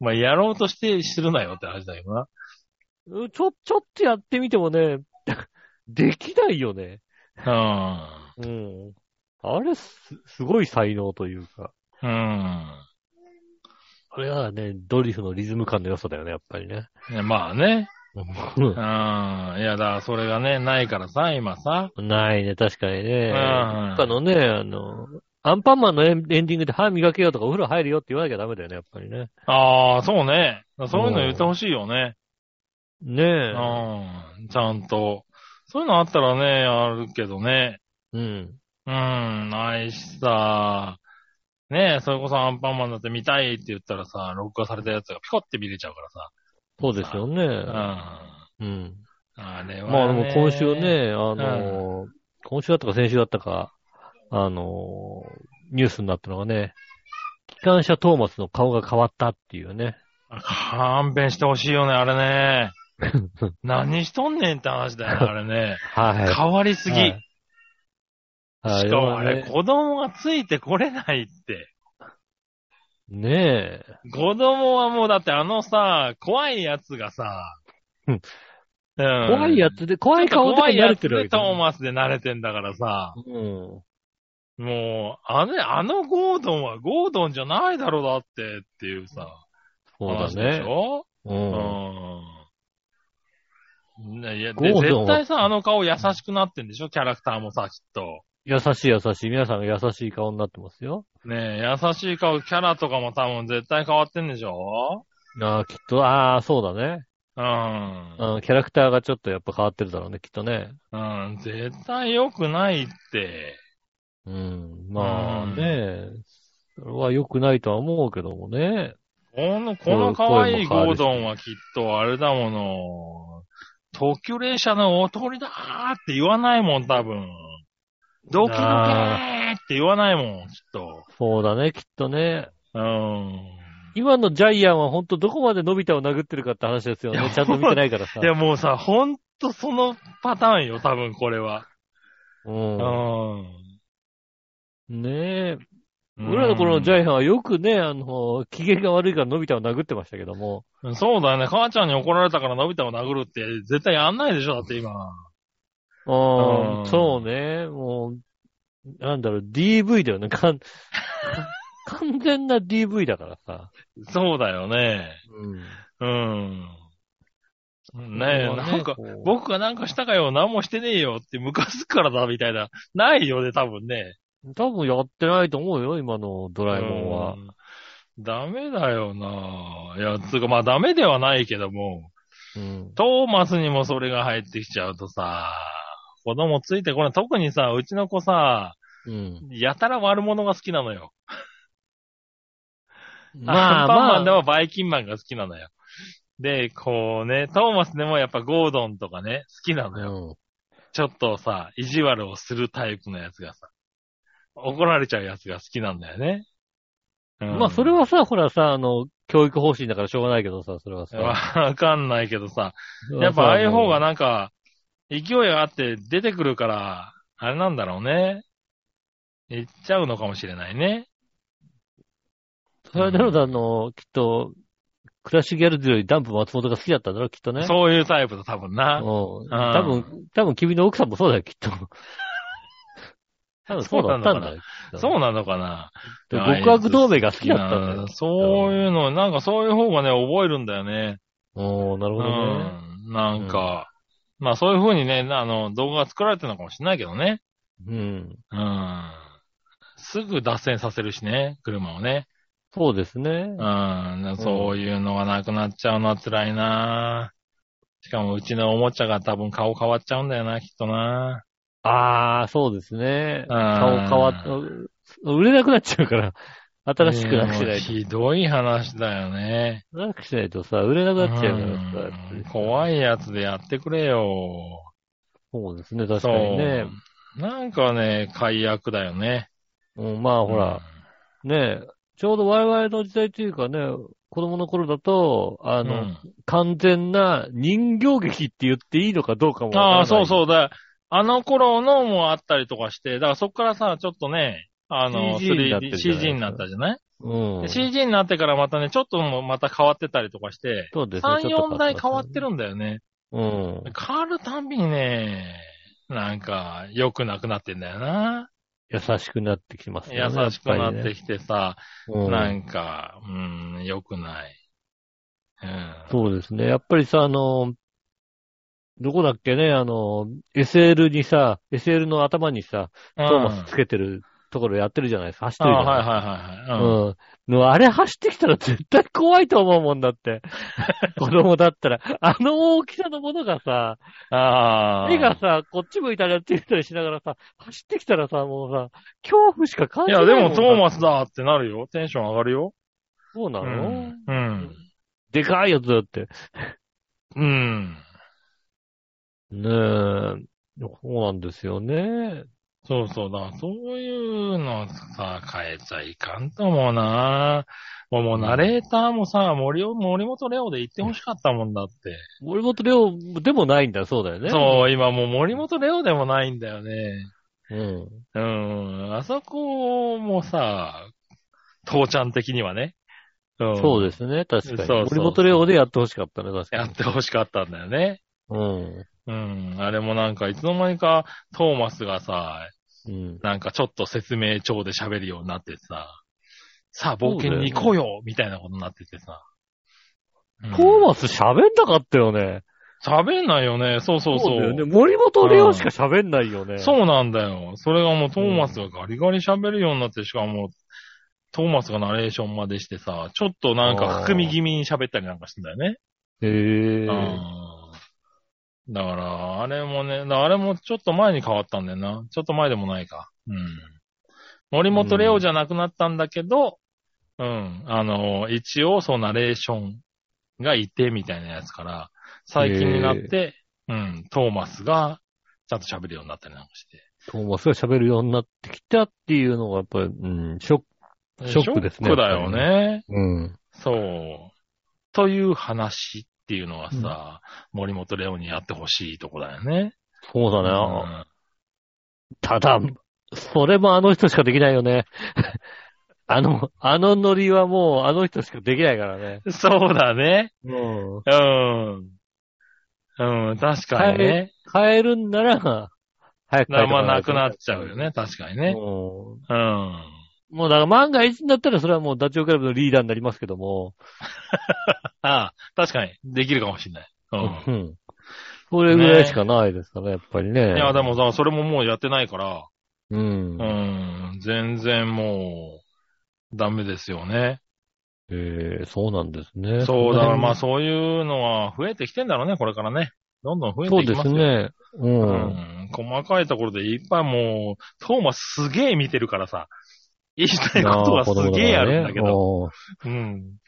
[SPEAKER 3] まあ、やろうとして、するなよって話だけどな。
[SPEAKER 2] うんちょ、ちょっとやってみてもね、 <laughs> できないよね。うん。あれす、すごい才能というか。
[SPEAKER 3] うん。うん。
[SPEAKER 2] これはね、ドリフのリズム感の良さだよね、やっぱりね。
[SPEAKER 3] ねまあね。うん。いや、だからそれがね、ないからさ、今さ。
[SPEAKER 2] ないね、確かにね。
[SPEAKER 3] うん
[SPEAKER 2] 他のね、あの、アンパンマンのエンエンディングで歯磨けよとかお風呂入るよって言わなきゃダメだよね、やっぱりね。
[SPEAKER 3] ああ、そうね。そういうの言ってほしいよね。
[SPEAKER 2] ね
[SPEAKER 3] う
[SPEAKER 2] え。
[SPEAKER 3] ん。ちゃんと。そういうのあったらね、あるけどね。
[SPEAKER 2] うん。
[SPEAKER 3] うん、ないしさ。ねえ、それこそアンパンマンだって見たいって言ったらさ、録画されたやつがピコって見れちゃうからさ。
[SPEAKER 2] そうですよね。
[SPEAKER 3] う
[SPEAKER 2] うん。
[SPEAKER 3] ん。あれは、ね。
[SPEAKER 2] まあでも今週。ね、あの、今週だったか先週だったか、あの、ニュースになったのがね、機関車トーマスの顔が変わったっていうね。
[SPEAKER 3] 勘弁してほしいよね、あ
[SPEAKER 2] <laughs>
[SPEAKER 3] れね。何しとんねんって話だよね、あれね。
[SPEAKER 2] <laughs> はい。
[SPEAKER 3] 変わりすぎ。
[SPEAKER 2] はいはい
[SPEAKER 3] しかもあ
[SPEAKER 2] でね
[SPEAKER 3] れ、子供がついてこれないって。
[SPEAKER 2] ねえ。
[SPEAKER 3] 子供はもうだってあのさ、怖いやつがさ、
[SPEAKER 2] うん
[SPEAKER 3] 怖
[SPEAKER 2] 怖いやつで、怖い顔で
[SPEAKER 3] 怖い
[SPEAKER 2] 慣
[SPEAKER 3] や
[SPEAKER 2] れ
[SPEAKER 3] つ
[SPEAKER 2] てるわ
[SPEAKER 3] で
[SPEAKER 2] けだ
[SPEAKER 3] ト
[SPEAKER 2] ね
[SPEAKER 3] ーマスで慣れてんだからさ、
[SPEAKER 2] うん。
[SPEAKER 3] もう、あの、あのゴードンはゴードンじゃないだろうだってっていうさ、
[SPEAKER 2] そうだ
[SPEAKER 3] 話でし
[SPEAKER 2] ね。
[SPEAKER 3] ょ
[SPEAKER 2] うん。
[SPEAKER 3] うん。ねいや、
[SPEAKER 2] ゴー
[SPEAKER 3] で、
[SPEAKER 2] ドンは
[SPEAKER 3] 絶対さ、あの顔優しくなってんでしょキャラクターもさ、きっと。
[SPEAKER 2] 優しい優しい。皆さんが優しい顔になってますよ。
[SPEAKER 3] ねえ、優しい顔、キャラとかも多分絶対変わってんでしょ
[SPEAKER 2] ああ、きっと、ああ、そうだね。
[SPEAKER 3] うん。
[SPEAKER 2] うん、キャラクターがちょっとやっぱ変わってるだろうね、きっとね。
[SPEAKER 3] うん、絶対良くないって。
[SPEAKER 2] うん。まあね、それは良くないとは思うけどもね。
[SPEAKER 3] この、この可愛いゴードンはきっとあれだもの。特急列車のお通りだーって言わないもん、多分。ドキドキーって言わないもん、きっと。
[SPEAKER 2] そうだね、きっとね。
[SPEAKER 3] うん。
[SPEAKER 2] 今のジャイアンはほんとどこまで伸びたを殴ってるかって話ですよ
[SPEAKER 3] い
[SPEAKER 2] ね
[SPEAKER 3] や。
[SPEAKER 2] ちゃんと見てないからさ
[SPEAKER 3] い。や、もうさ、ほんとそのパターンよ、多分これは。
[SPEAKER 2] うん。
[SPEAKER 3] う
[SPEAKER 2] ねえ。
[SPEAKER 3] ん。
[SPEAKER 2] 俺らの頃のジャイアンはよくね、あの、機嫌が悪いから伸びたを殴ってましたけども。
[SPEAKER 3] そうだよね。母ちゃんに怒られたからのび太を殴るって絶対やんないでしょ、だって今。
[SPEAKER 2] あ
[SPEAKER 3] うん
[SPEAKER 2] あ、そうね。もう、なんだろう、DV だよね。かん完全な DV だからさ。
[SPEAKER 3] そうだよね。うん。ねえ、なんか、
[SPEAKER 2] 僕、
[SPEAKER 3] 僕がなんかしたかよ、何もしてねえよって、ムカつくからだ、みたいな。ないよね、多分ね。
[SPEAKER 2] 多分やってないと思うよ、今のドラえもんは
[SPEAKER 3] う。んダメだよないや、つうか、まあダメではないけども、
[SPEAKER 2] うん。
[SPEAKER 3] トーマスにもそれが入ってきちゃうとさ、子供ついてこない。特にさ、うちの子さ、
[SPEAKER 2] うん。
[SPEAKER 3] やたら悪者が好きなのよ。
[SPEAKER 2] まあ
[SPEAKER 3] アンパンマンで
[SPEAKER 2] まあ、
[SPEAKER 3] もバイキンマンが好きなのよ。で、こうね、トーマスでもやっぱゴードンとかね、好きなのよ。
[SPEAKER 2] うん
[SPEAKER 3] ちょっとさ、意地悪をするタイプのやつがさ、怒られちゃうやつが好きなんだよね。うん
[SPEAKER 2] まあそれ。はさ、ほらさ、あの、教育方針だからしょうがないけどさ、それはさ。
[SPEAKER 3] わかんないけどさ、やっぱああいう方が
[SPEAKER 2] な。
[SPEAKER 3] なんか、勢いがあって出てくるから、あれなんだろうね。言っちゃうのかもしれないね。
[SPEAKER 2] それなのであの、きっと、クラッシュギャルズよりダンプ松本が好きだったんだろう、きっとね。
[SPEAKER 3] そういうタイプだ、多分な。
[SPEAKER 2] うん。
[SPEAKER 3] あ
[SPEAKER 2] 多分、多分君の奥さんもそうだよ、きっ <laughs> と。多分そうだったんだよ。
[SPEAKER 3] そうなのかな。
[SPEAKER 2] で
[SPEAKER 3] ああ
[SPEAKER 2] 極悪同盟が好きだったんだ
[SPEAKER 3] いや
[SPEAKER 2] よ。
[SPEAKER 3] そういうの、なんかそういう方がね、覚えるんだよね。
[SPEAKER 2] おー、なる
[SPEAKER 3] う
[SPEAKER 2] ほどね。
[SPEAKER 3] ん。なんか、まあそういう風にね、あの、動画が作られてるのかもしれないけどね。
[SPEAKER 2] うん。
[SPEAKER 3] うん。すぐ脱線させるしね、車をね。
[SPEAKER 2] そうですね
[SPEAKER 3] う。ん。そういうのがなくなっちゃうのは辛いなしかもうちのおもちゃが多分顔変わっちゃうんだよな、きっとな
[SPEAKER 2] あー、そうですね。顔
[SPEAKER 3] あー
[SPEAKER 2] 変わった、売れなくなっちゃうから、新しくなくし
[SPEAKER 3] うんも
[SPEAKER 2] な
[SPEAKER 3] う
[SPEAKER 2] いと。
[SPEAKER 3] ひどい話だよね。
[SPEAKER 2] なくしないとさ、売れなくなっちゃうからさ
[SPEAKER 3] うん。
[SPEAKER 2] い。
[SPEAKER 3] 怖いやつでやってくれよ。
[SPEAKER 2] そうですね、確かにね。
[SPEAKER 3] そう。なんかね、解約だよね。
[SPEAKER 2] うん、まあほら、ねちょうど我々の時代というかね、子供の頃だと、あ
[SPEAKER 3] うん、
[SPEAKER 2] の、
[SPEAKER 3] うん
[SPEAKER 2] 完全な人形劇って言っていいのかどうかもわからない。
[SPEAKER 3] ああ、そう
[SPEAKER 2] う。
[SPEAKER 3] そうだ。あの頃のもあったりとかして、だからそっからさ、ちょっとね、あの、
[SPEAKER 2] CG になってるじゃない
[SPEAKER 3] 3D CG になったじゃない、
[SPEAKER 2] うん。
[SPEAKER 3] で ?CG になってからまたね、ちょっともうまた変わってたりとかして、
[SPEAKER 2] そうですね。
[SPEAKER 3] 3、
[SPEAKER 2] ちょっと
[SPEAKER 3] 4台変わってるんだよね。
[SPEAKER 2] うん。
[SPEAKER 3] 変わるたんびにね、なんか、良くなくなってんだよな。
[SPEAKER 2] 優しくなってきますね。
[SPEAKER 3] 優しくなって
[SPEAKER 2] き
[SPEAKER 3] きてさ、
[SPEAKER 2] うん
[SPEAKER 3] なんか、うん、良くない。うん。
[SPEAKER 2] そうですね。やっぱりさ、あの、どこだっけね、あの、SL にさ、SL の頭にさ、
[SPEAKER 3] ト
[SPEAKER 2] トーマスつけてるところやってるじゃないですか。走って
[SPEAKER 3] あ
[SPEAKER 2] るじゃない
[SPEAKER 3] はいはいはいはい。うん
[SPEAKER 2] うん。の、あれ走ってきたら絶対怖いと思うもんだ
[SPEAKER 3] <laughs>
[SPEAKER 2] って。子供だったら。あの大きさのものがさ、
[SPEAKER 3] ああ。
[SPEAKER 2] 目がさ、こっち向いたりあっち向いたりしながらさ、走ってきたらさ、もうさ、恐怖しか感
[SPEAKER 3] い
[SPEAKER 2] じない
[SPEAKER 3] や、でもトー
[SPEAKER 2] マ
[SPEAKER 3] マスだってなるよ。テンション上がるよ。
[SPEAKER 2] そうな
[SPEAKER 3] う
[SPEAKER 2] の、
[SPEAKER 3] ん。うん。
[SPEAKER 2] でかいやつだって。
[SPEAKER 3] うん。
[SPEAKER 2] ねえ。そうなんですよね。
[SPEAKER 3] そうそうだ。そういうのさ、変えちゃいかんと思うな。もうもうナレーターもさ、森尾森本レオで言ってほしかったもんだって。
[SPEAKER 2] 森本レオでもないんだ、そうだよね。
[SPEAKER 3] そう、今もう森本レオでもないんだよね。
[SPEAKER 2] う。うん。
[SPEAKER 3] うん。あそこもさ、父ちゃん的にはね。うん、
[SPEAKER 2] そうですね、確かに。
[SPEAKER 3] そうそう
[SPEAKER 2] 森本レオでやってほしかったね、確か
[SPEAKER 3] や
[SPEAKER 2] に
[SPEAKER 3] っ。てほしかったんだよね。
[SPEAKER 2] うん。
[SPEAKER 3] うん。あれもなんか、いつの間にか、トーマスがさ、
[SPEAKER 2] うん。
[SPEAKER 3] なんかちょっと説明帳で喋るようになってさ、さあ、冒険に行こうよみたいなことになっててさ。うん
[SPEAKER 2] トーマス喋んなかったよね。
[SPEAKER 3] 喋んないよね。そうそうそう。
[SPEAKER 2] だよね。森本レオしか喋んないよね。
[SPEAKER 3] そうなんだよ。それがもうトーマスがガリガリ喋るようになって、しかも、トーマスがナレーションまでしてさ、ちょっとなんか含み気味に喋ったりなんかしてんだよね。
[SPEAKER 2] へえ。
[SPEAKER 3] うん。だから、あれもね、だからあれもちょっと前に変わったんだよな。ちょっと前でもないか。うん。森本レオじゃなくなったんだけど、うん。あの、一応そうナレーションがいてみたいなやつから、最近になって、うん、トーマスがちゃんと喋るようになったりなんかして。
[SPEAKER 2] トーマスが喋るようになってきたっていうのが、やっぱり、うん、ショック。ショックですね
[SPEAKER 3] ショックだよね。
[SPEAKER 2] うん。
[SPEAKER 3] そう。という話っていうのはさ、森本レオにやってほしいとこだよね。
[SPEAKER 2] そうだ
[SPEAKER 3] う
[SPEAKER 2] な。
[SPEAKER 3] ん
[SPEAKER 2] ただ、それもあの人しかできないよね。 <laughs> あの、あのノリはもうあの人しかできないからね。
[SPEAKER 3] <laughs> そうだね。
[SPEAKER 2] うん。
[SPEAKER 3] うん。うん、確かにね。
[SPEAKER 2] 変えるんなら、早く変えて
[SPEAKER 3] な
[SPEAKER 2] も
[SPEAKER 3] まあ、
[SPEAKER 2] ら
[SPEAKER 3] な
[SPEAKER 2] え
[SPEAKER 3] くなっちゃうよね。確かに
[SPEAKER 2] うん
[SPEAKER 3] ね。うん。
[SPEAKER 2] もうだから万が一になったらそれはもうダチョウ倶楽部のリーダーになりますけども。
[SPEAKER 3] ああ、確かに。できるかもしれない。う
[SPEAKER 2] うん。 <laughs> それぐらいしかないですかね、やっぱりね。
[SPEAKER 3] ん。いや、でもさ、それももうやってないから、
[SPEAKER 2] うん。
[SPEAKER 3] うん、全然もう、ダメですよね。
[SPEAKER 2] ええそうなんですね。
[SPEAKER 3] そう、だからまあ
[SPEAKER 2] そ
[SPEAKER 3] そういうのは増えてきてんだろうね、これからね。どんどん増え
[SPEAKER 2] う
[SPEAKER 3] て
[SPEAKER 2] で
[SPEAKER 3] いきますすよ。
[SPEAKER 2] ね。う。
[SPEAKER 3] うんん。細かいところでいっぱいもう、トーマスすげえ見てるからさ、言いたいことはすげえあるんだけど、
[SPEAKER 2] ど。
[SPEAKER 3] うん。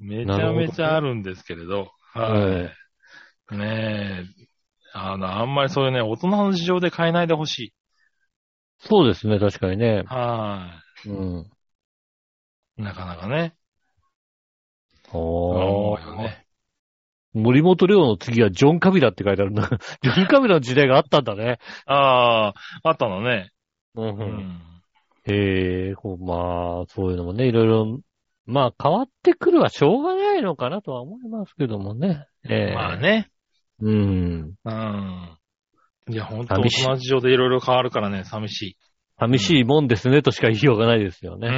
[SPEAKER 3] めち
[SPEAKER 2] なる
[SPEAKER 3] ゃ
[SPEAKER 2] ほど
[SPEAKER 3] めちゃあるんですけれど、
[SPEAKER 2] は
[SPEAKER 3] はい。ねえ、あの、あんまりそういうね、大人の事情で変えないでほしい。
[SPEAKER 2] い。そうですね、確かにね。
[SPEAKER 3] は
[SPEAKER 2] うん。
[SPEAKER 3] い。なかなかね。
[SPEAKER 2] お
[SPEAKER 3] 思うよ
[SPEAKER 2] ー。
[SPEAKER 3] ね。
[SPEAKER 2] 森本レオの次はジョン・カビラって書いてあるな。 <laughs> ジョン・カビラの時代があったんだね。
[SPEAKER 3] ああ、あったのね。
[SPEAKER 2] うんう。
[SPEAKER 3] うんん。
[SPEAKER 2] ええこう、まあ、そういうのもね、いろいろ、まあ、変わってくるはしょうがないのかなとは思いますけどもね。ええ
[SPEAKER 3] まあ。ね。
[SPEAKER 2] うん。
[SPEAKER 3] うん。いや、ほんと、大
[SPEAKER 2] 寂しい
[SPEAKER 3] 人の事情でいろいろ変わるからね、寂しい。
[SPEAKER 2] 寂しいもんですね、としか言いようがないですよね。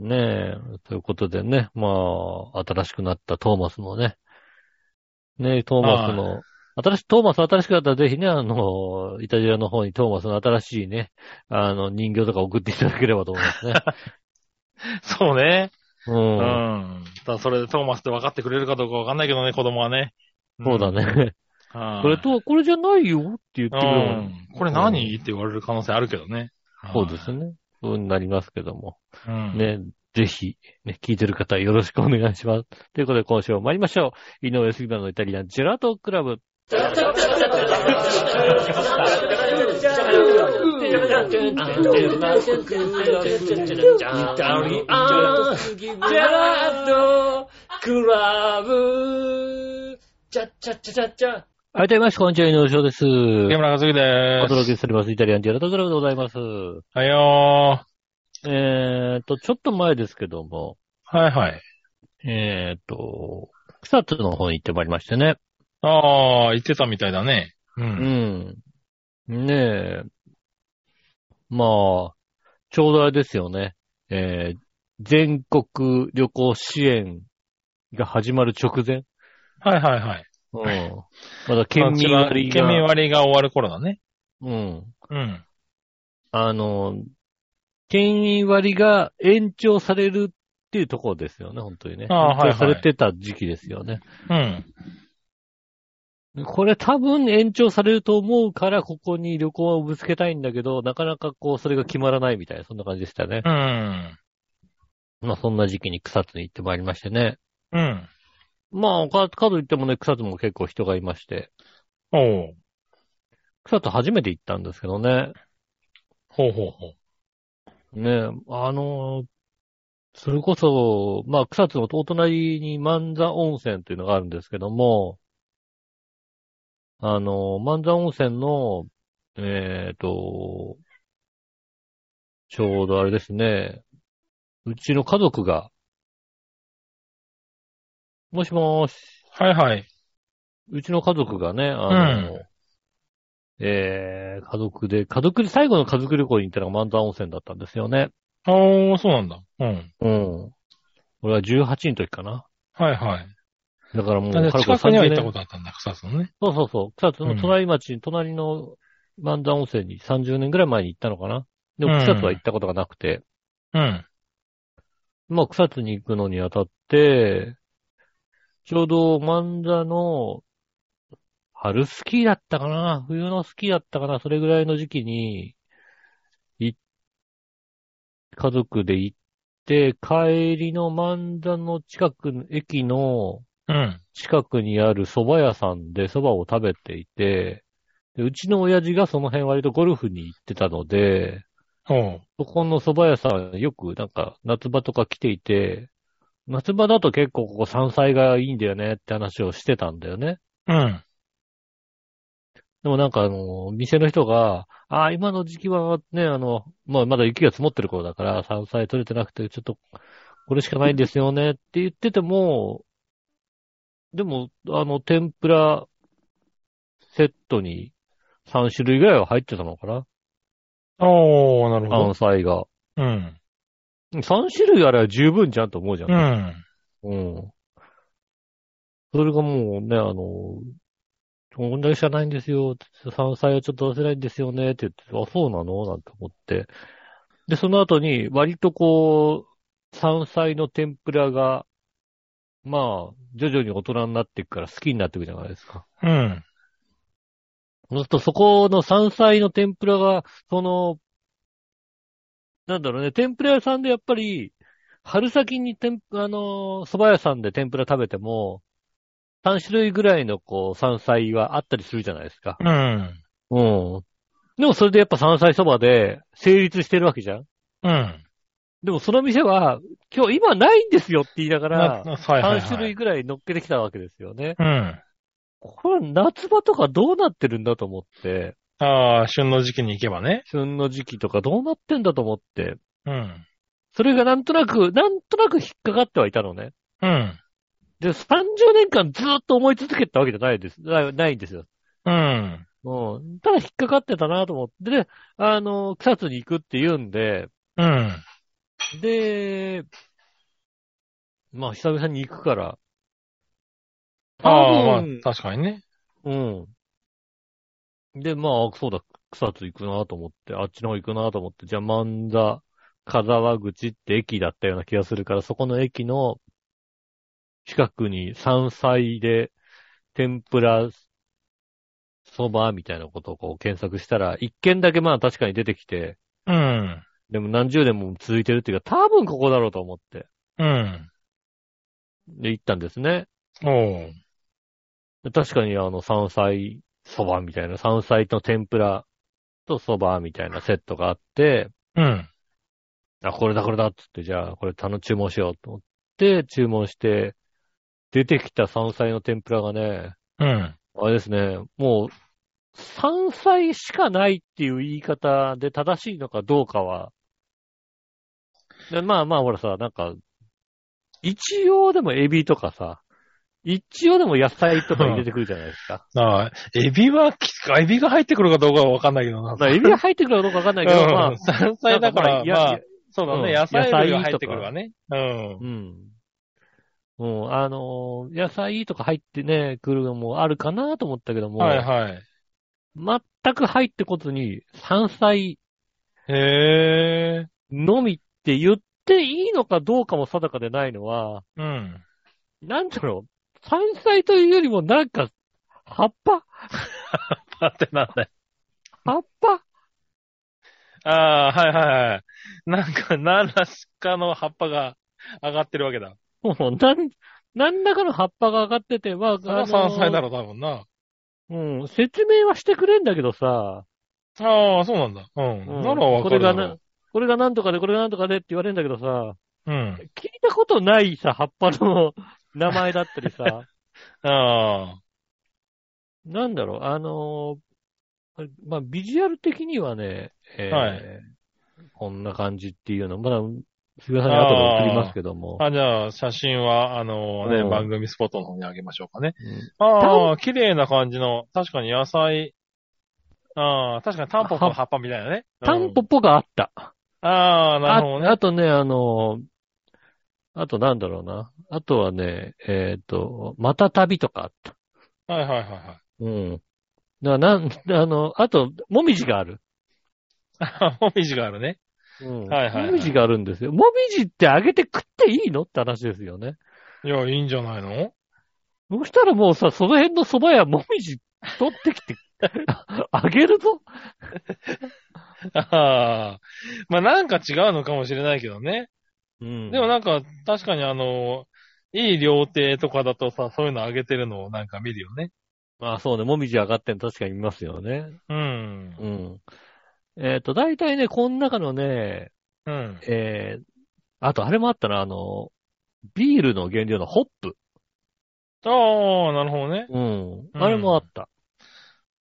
[SPEAKER 3] うん。
[SPEAKER 2] ねえ、ということでね、まあ、新しくなったトーマスもね、ねえ、トーマスの、新しい、トーマス新しくなったらぜひね、あの、イタジラの方にトーマスの新しいね、あの、人形とか送っていただければと思い
[SPEAKER 3] <laughs>
[SPEAKER 2] ますね。
[SPEAKER 3] そうね。
[SPEAKER 2] う。
[SPEAKER 3] うんん。ただ、それでトーマスって分かってくれるかどうか分かんないけどね、子供はね。
[SPEAKER 2] そうだ
[SPEAKER 3] ね。
[SPEAKER 2] ね。
[SPEAKER 3] こ
[SPEAKER 2] これ、と、これじゃないよって言って
[SPEAKER 3] う
[SPEAKER 2] くれる
[SPEAKER 3] ん。これ何って言われる可能性あるけどね。
[SPEAKER 2] そうですね。そうになりますけども。
[SPEAKER 3] うん。
[SPEAKER 2] ね、ぜひ、ね、聞いてる方よろしくお願いします。ということで、今週も参りましょう。井上杉村のイタリアンジェラートクラブ。改めまして、こんにちは、井上翔です。
[SPEAKER 3] 池村和樹で
[SPEAKER 2] お
[SPEAKER 3] ーす。
[SPEAKER 2] 届けしております。イタリアンジェラートクラブでございます。
[SPEAKER 3] はいよ
[SPEAKER 2] えーと、ちょっと前ですけども、
[SPEAKER 3] ー。はいはい。
[SPEAKER 2] えーと、草津の方に行ってまいりましてね。
[SPEAKER 3] ああ、言ってたみたいだね。う。
[SPEAKER 2] うんん。ねえ。まあ、ちょうどあれですよね。えー、全国旅行支援が始まる直前。
[SPEAKER 3] はいはいはい。
[SPEAKER 2] うん。まだ県民割が。
[SPEAKER 3] 県民割が終わる頃だね。
[SPEAKER 2] うん。
[SPEAKER 3] うん。
[SPEAKER 2] あの、県民割が延長されるっていうところですよね、本当にね。
[SPEAKER 3] ああはいはい
[SPEAKER 2] 延長されてた時期ですよね。
[SPEAKER 3] うん。
[SPEAKER 2] これ多分延長されると思うから、ここに旅行をぶつけたいんだけど、なかなかこう、それが決まらないみたいな、そんな感じでしたね。
[SPEAKER 3] うん。
[SPEAKER 2] まあ、そんな時期に草津に行ってまいりましてね。
[SPEAKER 3] うん。
[SPEAKER 2] まあ、か、かといってもね、草津も結構人がいまして。
[SPEAKER 3] おう
[SPEAKER 2] 草津初めて行ったんですけどね。
[SPEAKER 3] ほうほうほう。
[SPEAKER 2] ねあの、それこそ、まあ、草津のお隣に万座温泉というのがあるんですけども、あの、万座温泉の、えっ、と、ちょうどあれですね、うちの家族が、もしもーし、
[SPEAKER 3] はいはい。
[SPEAKER 2] うちの家族がね、あの、
[SPEAKER 3] う
[SPEAKER 2] えー、家族で、家族で、最後の家族旅行に行ったのが万座温泉だったんですよね。
[SPEAKER 3] おー、そうなんだ。うん。
[SPEAKER 2] うん。俺は18の時かな。
[SPEAKER 3] はいはい。
[SPEAKER 2] だからもう、
[SPEAKER 3] あで
[SPEAKER 2] かれこれ
[SPEAKER 3] 近くには行った
[SPEAKER 2] 30年
[SPEAKER 3] ことあったんだ、草津のね。
[SPEAKER 2] そうそうそう。草津の隣町、隣の万座温泉に30年ぐらい前に行ったのかな。で
[SPEAKER 3] う
[SPEAKER 2] も
[SPEAKER 3] ん
[SPEAKER 2] 草津は行ったことがなくて、
[SPEAKER 3] うん。
[SPEAKER 2] まあ草津に行くのにあたって、ちょうど万座の、春スキーだったかな冬のスキーだったかなそれぐらいの時期に、い、家族で行って、帰りの万座の近くの、駅の、
[SPEAKER 3] うん。
[SPEAKER 2] 近くにある蕎麦屋さんで蕎麦を食べていて、でうちの親父がその辺割とゴルフに行ってたので、
[SPEAKER 3] おう。
[SPEAKER 2] そこの蕎麦屋さんよくなんか夏場とか来ていて、夏場だと結構ここ山菜がいいんだよねって話をしてたんだよね。
[SPEAKER 3] うん。
[SPEAKER 2] でもなんかあの、店の人が、ああ、今の時期はね、あの、まあまだ雪が積もってる頃だから山菜取れてなくて、ちょっとこれしかないんですよねって言ってても、でも、あの、天ぷらセットに3種類ぐらいは入ってたのかな
[SPEAKER 3] おー、なるほど
[SPEAKER 2] 山。菜が。
[SPEAKER 3] うん。
[SPEAKER 2] 3種類あれば十分じゃんと思うじゃ。
[SPEAKER 3] うんん。
[SPEAKER 2] うん。それがもうね、あの、こんだけしかないんですよ。山菜はちょっと出せないんですよね。って言って、あ、そうなのなんて思って。で、その後に、割とこう、山菜の天ぷらが、まあ、徐々に大人になっていくから好きになっていくじゃないですか。
[SPEAKER 3] うん。
[SPEAKER 2] そうすると、そこの山菜の天ぷらが、その、なんだろうね、天ぷら屋さんでやっぱり、春先に天ぷ、あのー、蕎麦屋さんで天ぷら食べても、3種類ぐらいのこう、山菜はあったりするじゃないですか。
[SPEAKER 3] うん。
[SPEAKER 2] うん。でもそれでやっぱ山菜蕎麦で成立してるわけじゃん
[SPEAKER 3] うん。
[SPEAKER 2] でもその店は、今日今ないんですよって言いなが
[SPEAKER 3] な
[SPEAKER 2] ら、
[SPEAKER 3] なはいはい
[SPEAKER 2] 3
[SPEAKER 3] は
[SPEAKER 2] 種類
[SPEAKER 3] い。
[SPEAKER 2] ぐらい乗っけてきたわけですよね。
[SPEAKER 3] うん。
[SPEAKER 2] これ夏場とかどうなってるんだと思って。
[SPEAKER 3] ああ、旬の時期に行けばね。
[SPEAKER 2] 旬の時期とかどうなってんだと思って、
[SPEAKER 3] うん。
[SPEAKER 2] それがなんとなく、なんとなく引っかかってはいたのね。
[SPEAKER 3] うん。
[SPEAKER 2] で、30年間ずーっと思い続けてたわけじゃないです。ないないんですよ。
[SPEAKER 3] うん。
[SPEAKER 2] うん。ただ引っかかってたなと思って、で、あの、草津に行くって言うんで、
[SPEAKER 3] うん。
[SPEAKER 2] で、まあ、久々に行くから、
[SPEAKER 3] ああ、
[SPEAKER 2] 多
[SPEAKER 3] ま
[SPEAKER 2] 分
[SPEAKER 3] あ、確かにね。
[SPEAKER 2] うん。で、まあ、そうだ、草津行くなと思って、あっちの方行くなと思って、じゃあ、万座、風沢口って駅だったような気がするから、そこの駅の近くに山菜で天ぷらそばみたいなことをこう検索したら、一軒だけまあ確かに出てきて、
[SPEAKER 3] うん。
[SPEAKER 2] でも何十年も続いてるっていうか、多分ここだろうと思って、
[SPEAKER 3] うん。
[SPEAKER 2] で、行ったんですね。
[SPEAKER 3] おう。
[SPEAKER 2] で確かにあの山菜そばみたいな、山菜と天ぷらとそばみたいなセットがあって、
[SPEAKER 3] うん。
[SPEAKER 2] あ、これだこれだっつって、じゃあこれ頼む注文しようと思って、注文して、出てきた山菜の天ぷらがね、
[SPEAKER 3] うん。
[SPEAKER 2] あれですね、もう、山菜しかないっていう言い方で正しいのかどうかは、でまあまあほらさ、なんか、一応でもエビとかさ、一応でも野菜とか入れてくるじゃないですか。
[SPEAKER 3] ああ、エビはき、エビが入ってくるかどうかはわかんないけど
[SPEAKER 2] <laughs>
[SPEAKER 3] な。
[SPEAKER 2] まあエビが入ってくるかどうかわかんないけど、まあ
[SPEAKER 3] うん、山菜だか
[SPEAKER 2] な
[SPEAKER 3] ら、
[SPEAKER 2] んかまあ
[SPEAKER 3] ま
[SPEAKER 2] い
[SPEAKER 3] あ
[SPEAKER 2] や、
[SPEAKER 3] そうだね、
[SPEAKER 2] うん
[SPEAKER 3] 野菜類
[SPEAKER 2] 野菜とか
[SPEAKER 3] が入ってくるわね。うん。
[SPEAKER 2] うん。うん、あのー野菜とか入ってね、くるのもあるかなと思ったけども、
[SPEAKER 3] はいはい。
[SPEAKER 2] 全く入ってこずに、山菜
[SPEAKER 3] へえ。
[SPEAKER 2] のみって言っていいのかどうかも定かでないのは、 <laughs>
[SPEAKER 3] うん。
[SPEAKER 2] なんだろう、山菜というよりもなんか、葉っぱ
[SPEAKER 3] だってなんだよ。
[SPEAKER 2] 葉っぱ
[SPEAKER 3] ああ、はいはいはい。なんか、何らしかの葉っぱが上がってるわけだ。
[SPEAKER 2] もう、なん、何らかの葉っぱが上がってて、まあ、あ
[SPEAKER 3] それは山菜だろ、多分な。
[SPEAKER 2] うん、説明はしてくれんだけどさ、
[SPEAKER 3] ああ、そうなんだ。うん。
[SPEAKER 2] うん
[SPEAKER 3] ならわかるだ
[SPEAKER 2] これが
[SPEAKER 3] ろ
[SPEAKER 2] なこれがなんとかで、これがなんとかでって言われるんだけどさ、
[SPEAKER 3] う。うん。
[SPEAKER 2] 聞いたことないさ、葉っぱ
[SPEAKER 3] <laughs>
[SPEAKER 2] の名前だったりさ、
[SPEAKER 3] あ
[SPEAKER 2] なんだろう、あのーまあ、ビジュアル的にはね、えー
[SPEAKER 3] はい
[SPEAKER 2] こんな感じっていうの、まだ、杉浦さんに後で送りますけども
[SPEAKER 3] あ。、あ、じゃあ、写真は、あのね、
[SPEAKER 2] うん
[SPEAKER 3] 番組スポットの方にあげましょうかね。
[SPEAKER 2] うん
[SPEAKER 3] ああ、綺麗な感じの、確かに野菜、ああ、確かにタンポポ
[SPEAKER 2] は
[SPEAKER 3] の葉っぱみたいなね。
[SPEAKER 2] タンポポ
[SPEAKER 3] ポ、
[SPEAKER 2] があった。
[SPEAKER 3] ああ、なるほどね。
[SPEAKER 2] ああとね、あのー、あとなんだろうな。あとはね、えっ、と、また旅とかあった。
[SPEAKER 3] はいはいはいはい。
[SPEAKER 2] うん。だなん、あの、あと、もみじがある。
[SPEAKER 3] あ <laughs> もみじがあるね。
[SPEAKER 2] うん。
[SPEAKER 3] はいはいはい
[SPEAKER 2] もみじがあるんですよ。もみじってあげて食っていいのって話ですよね。
[SPEAKER 3] いや、いいんじゃな
[SPEAKER 2] <laughs>
[SPEAKER 3] いの
[SPEAKER 2] そしたらもうさ、その辺の蕎麦屋もみじ取ってきて、 <laughs> あげるぞ。
[SPEAKER 3] ああ。まあ、なんか違うのかもしれないけどね。
[SPEAKER 2] うん
[SPEAKER 3] でもなんか、確かにあの、いい料亭とかだとさ、そういうのあげてるのをなんか見るよね。
[SPEAKER 2] まあそうね、もみじ上がってんの確かに見ますよね。
[SPEAKER 3] う
[SPEAKER 2] う
[SPEAKER 3] ん。
[SPEAKER 2] ん。えっ、と、大体ね、この中のね、
[SPEAKER 3] うん。
[SPEAKER 2] えー、あとあれもあったな、あの、ビールの原料のホップ。
[SPEAKER 3] ああ、なるほどね。
[SPEAKER 2] うん。
[SPEAKER 3] うん
[SPEAKER 2] あれもあった。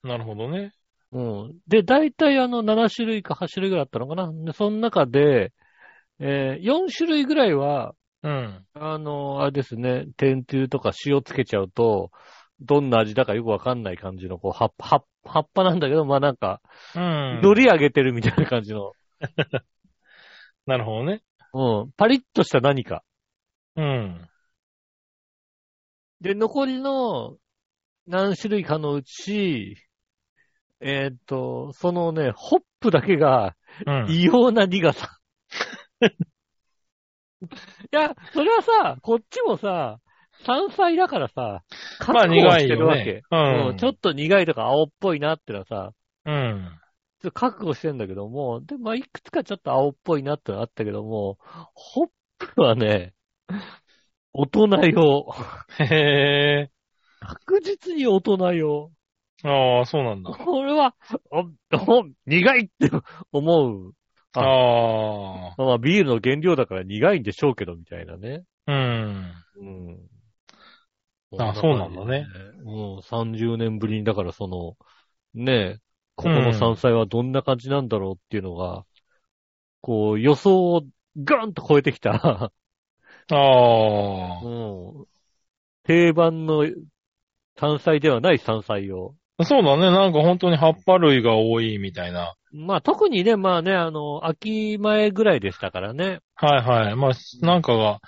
[SPEAKER 3] なるほどね。
[SPEAKER 2] うん。で、大体あの、7種類か8種類ぐらいあったのかな。で、その中で、えー、4種類ぐらいは、
[SPEAKER 3] うん。
[SPEAKER 2] あの、あれですね、天つゆとか塩つけちゃうと、どんな味だかよくわかんない感じの、こう、葉っぱ、葉っぱ葉っぱなんだけど、まあなんか、
[SPEAKER 3] うん。
[SPEAKER 2] のり揚げてるみたいな感じの、
[SPEAKER 3] なるほどね。
[SPEAKER 2] うん、パリッとした何か。
[SPEAKER 3] うん。
[SPEAKER 2] で、残りの何種類かのうち、えーっ、と、そのね、ホップだけが
[SPEAKER 3] うん。
[SPEAKER 2] 異様な苦さ。いや、それはさ、こっちもさ、山菜だからさ、覚
[SPEAKER 3] まあ
[SPEAKER 2] 悟は
[SPEAKER 3] 苦
[SPEAKER 2] し
[SPEAKER 3] い
[SPEAKER 2] てるわ
[SPEAKER 3] よ
[SPEAKER 2] け。
[SPEAKER 3] ね。
[SPEAKER 2] うんちょっと苦いとか青っぽいなってのはさ、
[SPEAKER 3] うん。
[SPEAKER 2] ちょっと覚悟してんだけども、で、まあ、いくつかちょっと青っぽいなってのはあったけども、ホップはね、大人用。
[SPEAKER 3] へえ。
[SPEAKER 2] 確実に大人用。
[SPEAKER 3] ああ、そうなんだ。
[SPEAKER 2] これは、お、お、苦いって思う。あ
[SPEAKER 3] ああ。
[SPEAKER 2] まあ、ビールの原料だから苦いんでしょうけど、みたいなね。
[SPEAKER 3] う
[SPEAKER 2] う
[SPEAKER 3] ん。
[SPEAKER 2] ん。
[SPEAKER 3] あそうなんだね
[SPEAKER 2] もう30年ぶりに、だからその、ねえ、ここの山菜はどんな感じなんだろうっていうのが、こう、予想をガンと超えてき
[SPEAKER 3] <laughs>
[SPEAKER 2] た、
[SPEAKER 3] あ
[SPEAKER 2] うん定番の山菜ではない山菜を。
[SPEAKER 3] あ。そうだね。なんか本当に葉っぱ類が多いみたいな。
[SPEAKER 2] まあ、特にね、まあね、あの、秋前ぐらいでしたからね。
[SPEAKER 3] はいはい。まあ、なんかが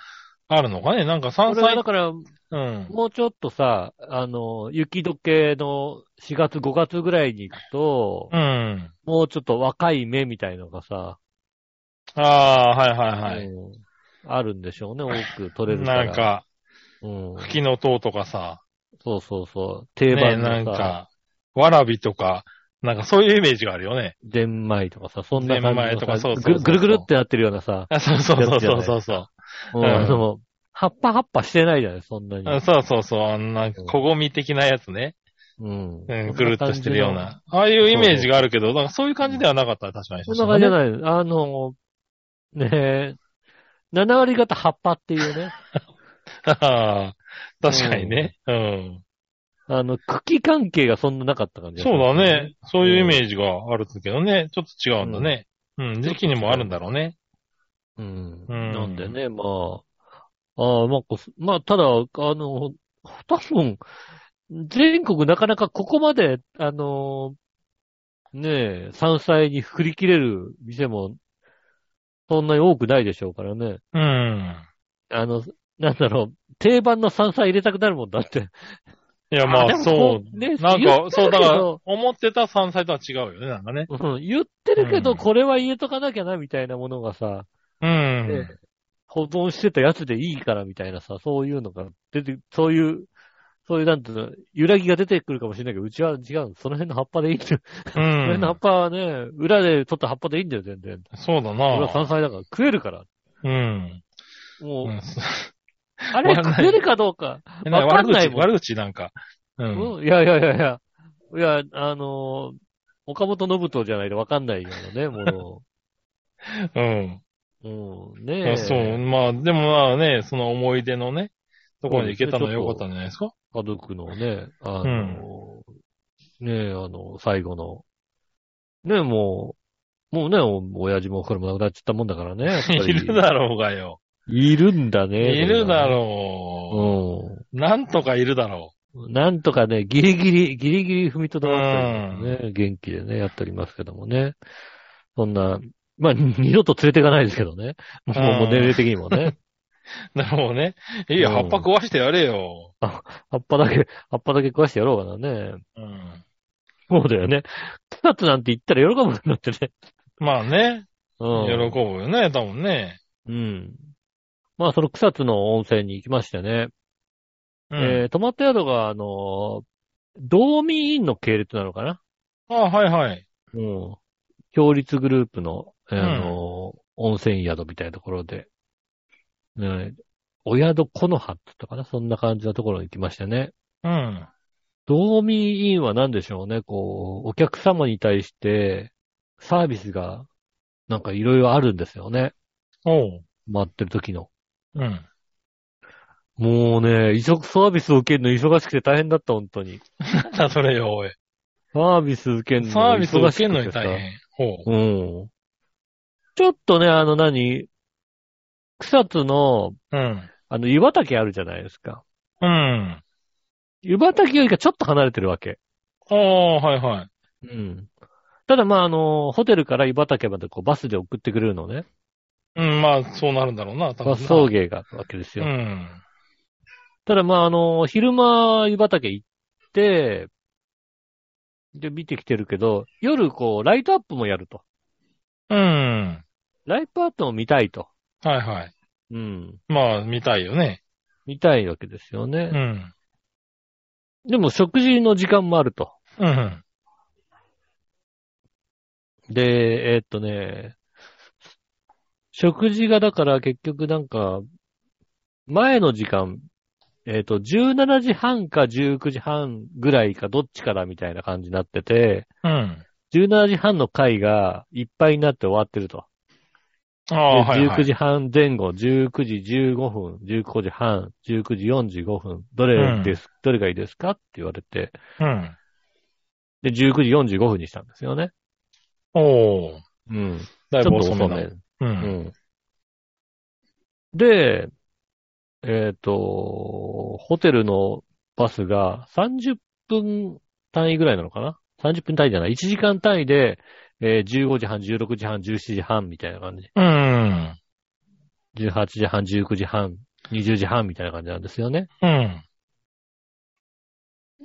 [SPEAKER 3] あるのかね。なんか山
[SPEAKER 2] これは
[SPEAKER 3] 菜
[SPEAKER 2] だ。から、
[SPEAKER 3] うん。
[SPEAKER 2] もうちょっとさ、あの、雪解けの4月、5月ぐらいに行くと、
[SPEAKER 3] うん。
[SPEAKER 2] もうちょっと若い芽みたいのがさ、
[SPEAKER 3] ああ、はいはいはい。
[SPEAKER 2] うんあるんでしょうね、多く取れるから。
[SPEAKER 3] なん、か、
[SPEAKER 2] うん、
[SPEAKER 3] 茎の塔とかさ、
[SPEAKER 2] そうそうそう、定
[SPEAKER 3] ね、
[SPEAKER 2] 番の
[SPEAKER 3] な
[SPEAKER 2] さ、
[SPEAKER 3] んか、わらびとか、なんかそういうイメージがあるよね。
[SPEAKER 2] ゼンマイとかさ、そんな感じのさ
[SPEAKER 3] ゼンマイとかそうそうそう
[SPEAKER 2] ぐぐるぐるってなってるようなさ、
[SPEAKER 3] あそうそうそうそうそうそう。
[SPEAKER 2] うん
[SPEAKER 3] うん
[SPEAKER 2] あの葉っぱ葉っぱしてないじゃない、そんなに。
[SPEAKER 3] あそうそうそう。あのなんか、小ゴミ的なやつね。
[SPEAKER 2] うん
[SPEAKER 3] うん、ぐるっとしてるよう。な。ああいうイメージがあるけど、なんかそういう感じではなかった、確かに。
[SPEAKER 2] そんな感じじゃ
[SPEAKER 3] い。
[SPEAKER 2] ない。あの、ねえ、7割方葉っぱっていうね。
[SPEAKER 3] あー確かにね。 <laughs> うん。
[SPEAKER 2] あの、茎関係がそんななかった感じ、
[SPEAKER 3] そうだね。。そういうイメージがあるけどね。ちょっと違うんだね。うん、時期にもあるんだろうね。
[SPEAKER 2] うん。
[SPEAKER 3] うん
[SPEAKER 2] なんでね、まあ、ああ、まあこう、まあ、ただ、あの、多分、全国なかなかここまで、あのーねえ、山菜に振り切れる店も、そんなに多くないでしょうからね。
[SPEAKER 3] うん。
[SPEAKER 2] あの、なんだろう、定番の山菜入れたくなるもんだって。
[SPEAKER 3] いや、ま
[SPEAKER 2] で
[SPEAKER 3] あ、
[SPEAKER 2] も
[SPEAKER 3] そう。
[SPEAKER 2] う。ね、
[SPEAKER 3] なん
[SPEAKER 2] 言
[SPEAKER 3] か、
[SPEAKER 2] って
[SPEAKER 3] そう、
[SPEAKER 2] る
[SPEAKER 3] だ
[SPEAKER 2] け
[SPEAKER 3] から
[SPEAKER 2] ど、
[SPEAKER 3] 思ってた山菜とは違うよね、なんかね。
[SPEAKER 2] うん言ってるけ
[SPEAKER 3] う
[SPEAKER 2] ど、
[SPEAKER 3] ん
[SPEAKER 2] これは入れとかなきゃな、みたいなものがさ、
[SPEAKER 3] うん。
[SPEAKER 2] ね保存してたやつでいいから、みたいなさ、そういうのが出て、そういう、そういう、なんていうの、揺らぎが出てくるかもしれないけど、うちは違う。その辺の葉っぱでいいんだよ。
[SPEAKER 3] う
[SPEAKER 2] その辺の葉
[SPEAKER 3] ん
[SPEAKER 2] っ。ぱはね、裏で取った葉っぱでいいんだよ、全然。
[SPEAKER 3] そうだ
[SPEAKER 2] それは山
[SPEAKER 3] な。
[SPEAKER 2] 菜だから、食えるから。
[SPEAKER 3] うん。
[SPEAKER 2] もう、
[SPEAKER 3] うん
[SPEAKER 2] あれ
[SPEAKER 3] わかんない
[SPEAKER 2] 食えるかどうか。
[SPEAKER 3] えな
[SPEAKER 2] わかんない
[SPEAKER 3] 悪口、
[SPEAKER 2] もん
[SPEAKER 3] 悪口なんか。うん。
[SPEAKER 2] うんいやいやいやいや。いや、あのー岡本信人じゃないとわかんないようなね、も
[SPEAKER 3] うん。 <laughs>
[SPEAKER 2] の。うん、ねえ。
[SPEAKER 3] あそう。まあ、でもまあね、その思い出のね、ところに行けたのは良かったんじゃないですか。
[SPEAKER 2] 家族のね、あの、ねえ、あの、最後の、ねえ、もう、もうね、お親父もこれも亡くなっちゃったもんだから
[SPEAKER 3] <laughs>
[SPEAKER 2] ね。やっぱり
[SPEAKER 3] いるだろうがよ。
[SPEAKER 2] いるんだね。
[SPEAKER 3] いるだ
[SPEAKER 2] う。
[SPEAKER 3] ろ
[SPEAKER 2] うん。
[SPEAKER 3] う。なんとかいるだろ <laughs>
[SPEAKER 2] なんとかね、ギリギリ、ギリギリ踏みとどまってね、元気でね、やっておりますけどもね。そんな、まあ、二度と連れていかないですけどね。もう、
[SPEAKER 3] うん
[SPEAKER 2] もう年齢的にも
[SPEAKER 3] <laughs>
[SPEAKER 2] ね。
[SPEAKER 3] う。だろうね。いいよ、
[SPEAKER 2] うん
[SPEAKER 3] 葉っぱ壊してやれよ。
[SPEAKER 2] 葉っぱだけ、葉っぱだけ壊してやろうかなね。
[SPEAKER 3] うん。
[SPEAKER 2] そうだよね。 <laughs> 草津なんて言ったら喜ぶんだってね。
[SPEAKER 3] まあね、喜ぶ
[SPEAKER 2] うん。
[SPEAKER 3] よね、多分ね。
[SPEAKER 2] うん。まあ、その草津の温泉に行きましてね。え
[SPEAKER 3] うん。
[SPEAKER 2] ー泊まった宿が、あのー、道民院の系列なのかな
[SPEAKER 3] あはいはい。
[SPEAKER 2] うん。強立グループの、あの、温泉宿みたいなところで、ね、お宿木の葉って言ったかなそんな感じのところに行きましたね。
[SPEAKER 3] うん。
[SPEAKER 2] 道民委員は何でしょうねこう、お客様に対して、サービスが、なんかいろいろあるんですよね。
[SPEAKER 3] おう。
[SPEAKER 2] 待ってる時の。
[SPEAKER 3] うん。
[SPEAKER 2] もうね、移植サービスを受けるの忙しくて大変だった、本当に。
[SPEAKER 3] なんだそれよ、おい。
[SPEAKER 2] サービス受けるの忙しくてさ
[SPEAKER 3] サービスを受けるのに大変。ほう。
[SPEAKER 2] うん。ちょっとね、あの何、草津の、
[SPEAKER 3] うん。
[SPEAKER 2] あの、湯畑あるじゃないですか。
[SPEAKER 3] うん。
[SPEAKER 2] 湯畑よりかちょっと離れてるわけ。
[SPEAKER 3] ああ、はいは
[SPEAKER 2] う
[SPEAKER 3] い。
[SPEAKER 2] ん。ただ、まあ、あの、ホテルから湯畑までこうバスで送ってくれるのね。
[SPEAKER 3] うん、まあ、そうなるんだろうな、多分な。
[SPEAKER 2] バス送迎があるわけです
[SPEAKER 3] う
[SPEAKER 2] よ。
[SPEAKER 3] ん。
[SPEAKER 2] ただ、まあ、あの、昼間湯畑行って、で、見てきてるけど、夜こう、ライトアップもやると。
[SPEAKER 3] うん。
[SPEAKER 2] ライトアップも見たいと。
[SPEAKER 3] はいはい。
[SPEAKER 2] うん。
[SPEAKER 3] まあ、見たいよね。
[SPEAKER 2] 見たいわけですよね
[SPEAKER 3] う。ん。
[SPEAKER 2] でも、食事の時間もあると。
[SPEAKER 3] うん。
[SPEAKER 2] で、えーっとね、食事がだから結局なんか、前の時間、えーっと、17時半か19時半ぐらいかどっちからみたいな感じになってて、
[SPEAKER 3] うん。
[SPEAKER 2] 17時半の回がいっぱいになって終わってると。
[SPEAKER 3] あ
[SPEAKER 2] で
[SPEAKER 3] あ、はいは
[SPEAKER 2] 19
[SPEAKER 3] い。
[SPEAKER 2] 時半前後、19時15分、19時半、19時45分、どれです、どれがいいですかって言われて、
[SPEAKER 3] うん。
[SPEAKER 2] で、19時45分にしたんですよね。
[SPEAKER 3] おー。
[SPEAKER 2] うん。
[SPEAKER 3] だい
[SPEAKER 2] ち
[SPEAKER 3] ぶ
[SPEAKER 2] ょっと
[SPEAKER 3] 遅め
[SPEAKER 2] 遅
[SPEAKER 3] だ。
[SPEAKER 2] め。
[SPEAKER 3] う。
[SPEAKER 2] うんん。で、えっ、と、ホテルのバスが30分単位ぐらいなのかな ?30 分単位じゃない。1時間単位で、えー15時半、16時半、17時半みたいな感じ。
[SPEAKER 3] うん。
[SPEAKER 2] 18時半、19時半、20時半みたいな感じなんですよね。
[SPEAKER 3] うん。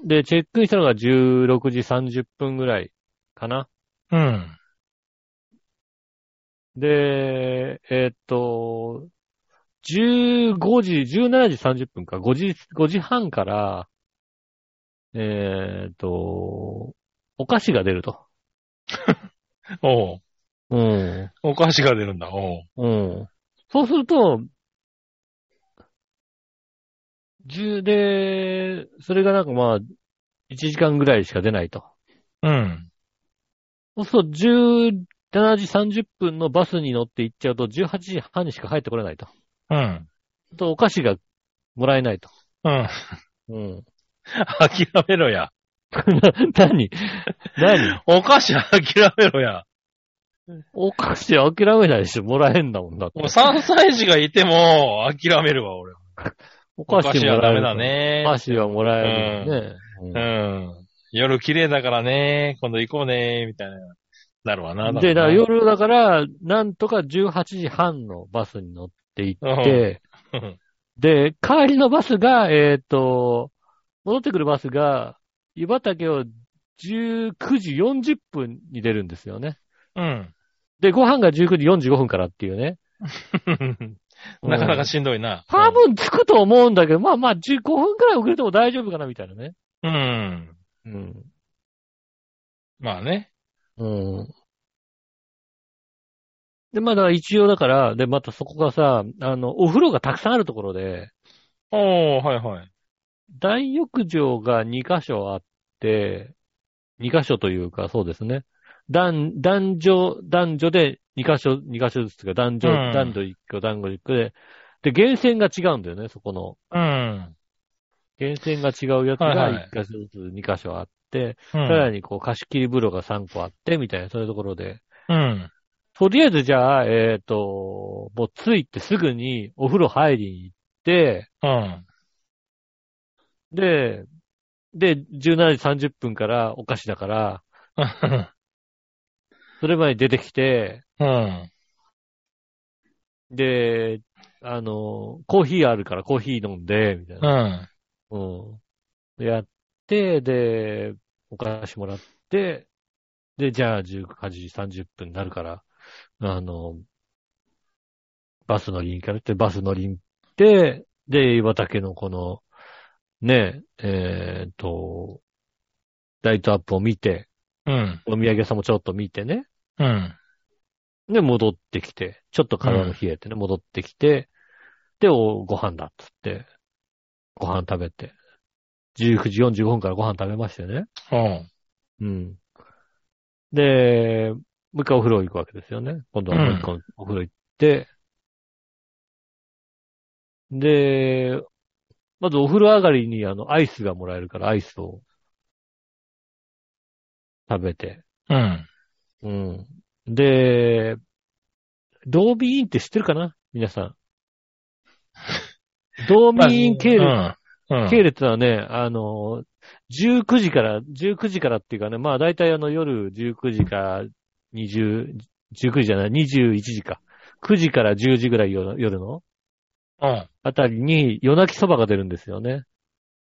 [SPEAKER 2] で、チェックインしたのが16時30分ぐらいかな。
[SPEAKER 3] うん。
[SPEAKER 2] で、えーっと、15時、17時30分か、5時、5時半から、えーっと、お菓子が出ると。
[SPEAKER 3] おう。
[SPEAKER 2] うん。
[SPEAKER 3] お菓子が出るんだ。おう。
[SPEAKER 2] うん。そうすると、10で、それがなんかまあ、1時間ぐらいしか出ないと。
[SPEAKER 3] うん。
[SPEAKER 2] そうすると、17時30分のバスに乗って行っちゃうと、18時半にしか入ってこれないと。
[SPEAKER 3] うん。
[SPEAKER 2] と、お菓子がもらえないと。
[SPEAKER 3] うん。 <laughs>
[SPEAKER 2] うん。
[SPEAKER 3] 諦めろや。
[SPEAKER 2] <laughs> 何何
[SPEAKER 3] お菓子諦めろや。
[SPEAKER 2] お菓子諦めないでしょもらえんだもんだって
[SPEAKER 3] もう3歳児がいても諦めるわ、俺。
[SPEAKER 2] お
[SPEAKER 3] お菓
[SPEAKER 2] 菓子
[SPEAKER 3] 子
[SPEAKER 2] も
[SPEAKER 3] は
[SPEAKER 2] ら
[SPEAKER 3] ダ
[SPEAKER 2] え
[SPEAKER 3] メ
[SPEAKER 2] る。
[SPEAKER 3] だね
[SPEAKER 2] お。菓子はもらえるのね。
[SPEAKER 3] う
[SPEAKER 2] うん
[SPEAKER 3] ん。夜綺麗だからね、今度行こうね、みたいな。なるわな。
[SPEAKER 2] で、だ
[SPEAKER 3] 多
[SPEAKER 2] から
[SPEAKER 3] 分な、
[SPEAKER 2] 夜だから、なんとか18時半のバスに乗って行って、
[SPEAKER 3] うん
[SPEAKER 2] で、帰りのバスが、えっ、と、戻ってくるバスが、湯畑を19時40分に出るんですよね。
[SPEAKER 3] うん。
[SPEAKER 2] で、ご飯が19時45分からっていうね。
[SPEAKER 3] なかなかしんどいな。
[SPEAKER 2] 多分着くと思うんだけど、まあまあ15分くらい遅れても大丈夫かなみたいなね。
[SPEAKER 3] うん。うん。
[SPEAKER 2] うん。
[SPEAKER 3] まあね。
[SPEAKER 2] うん。で、まあだから一応だから、で、またそこがさ、あの、お風呂がたくさんあるところで、
[SPEAKER 3] おー、はいはい。
[SPEAKER 2] 大浴場が2箇所あって、2箇所というか、そうですね。男、男女、男女で2箇所、2箇所ずつが男女、
[SPEAKER 3] うん
[SPEAKER 2] 男女1個、男女1個で、で、源泉が違うんだよね、そこの。
[SPEAKER 3] うん。
[SPEAKER 2] 源泉が違うやつ
[SPEAKER 3] はい
[SPEAKER 2] が
[SPEAKER 3] はい
[SPEAKER 2] 1箇所ずつ2貸所あって、
[SPEAKER 3] うん
[SPEAKER 2] さらにこう貸し切り風呂が3個あって、みたいな、そういうところで。
[SPEAKER 3] うん。
[SPEAKER 2] とりあえずじゃあ、えっ、と、もう着いてすぐにお風呂入りに行って、
[SPEAKER 3] うん。
[SPEAKER 2] で、で、17時30分からお菓子だから、それ前に出てきて、
[SPEAKER 3] うん。
[SPEAKER 2] で、あの、コーヒーあるからコーヒー飲んで、みたいな。
[SPEAKER 3] うん。
[SPEAKER 2] うん。やって、で、お菓子もらって、で、じゃあ18時30分になるから、あの、バス乗りに行かれて、バス乗りに行って、で、岩竹のこの、ね、えっ、と、ライトアップを見て、
[SPEAKER 3] うん。
[SPEAKER 2] お土産屋さんもちょっと見てね、
[SPEAKER 3] うん。
[SPEAKER 2] で、戻ってきて、ちょっと体も冷えてね、戻ってきて、で、おご飯だっつって、ご飯食べて、19時45分からご飯食べましてね。
[SPEAKER 3] うん。
[SPEAKER 2] うん。で、もう一回お風呂行くわけですよね。今度はもう一回お風呂行って、で、まずお風呂上がりにあの、アイスがもらえるから、アイスを食べて、
[SPEAKER 3] うん。
[SPEAKER 2] うん。で、ドービーインって知ってるかな皆さ
[SPEAKER 3] <laughs>
[SPEAKER 2] ん。ドービーイン系列、
[SPEAKER 3] うん。うん
[SPEAKER 2] 系列はね、あの、19時から、19時からっていうかね、まあ大体あの夜19時から20、19時じゃない、21時か。9時から10時ぐらい夜夜の
[SPEAKER 3] うん。
[SPEAKER 2] あたりに夜泣きそばが出るんですよね。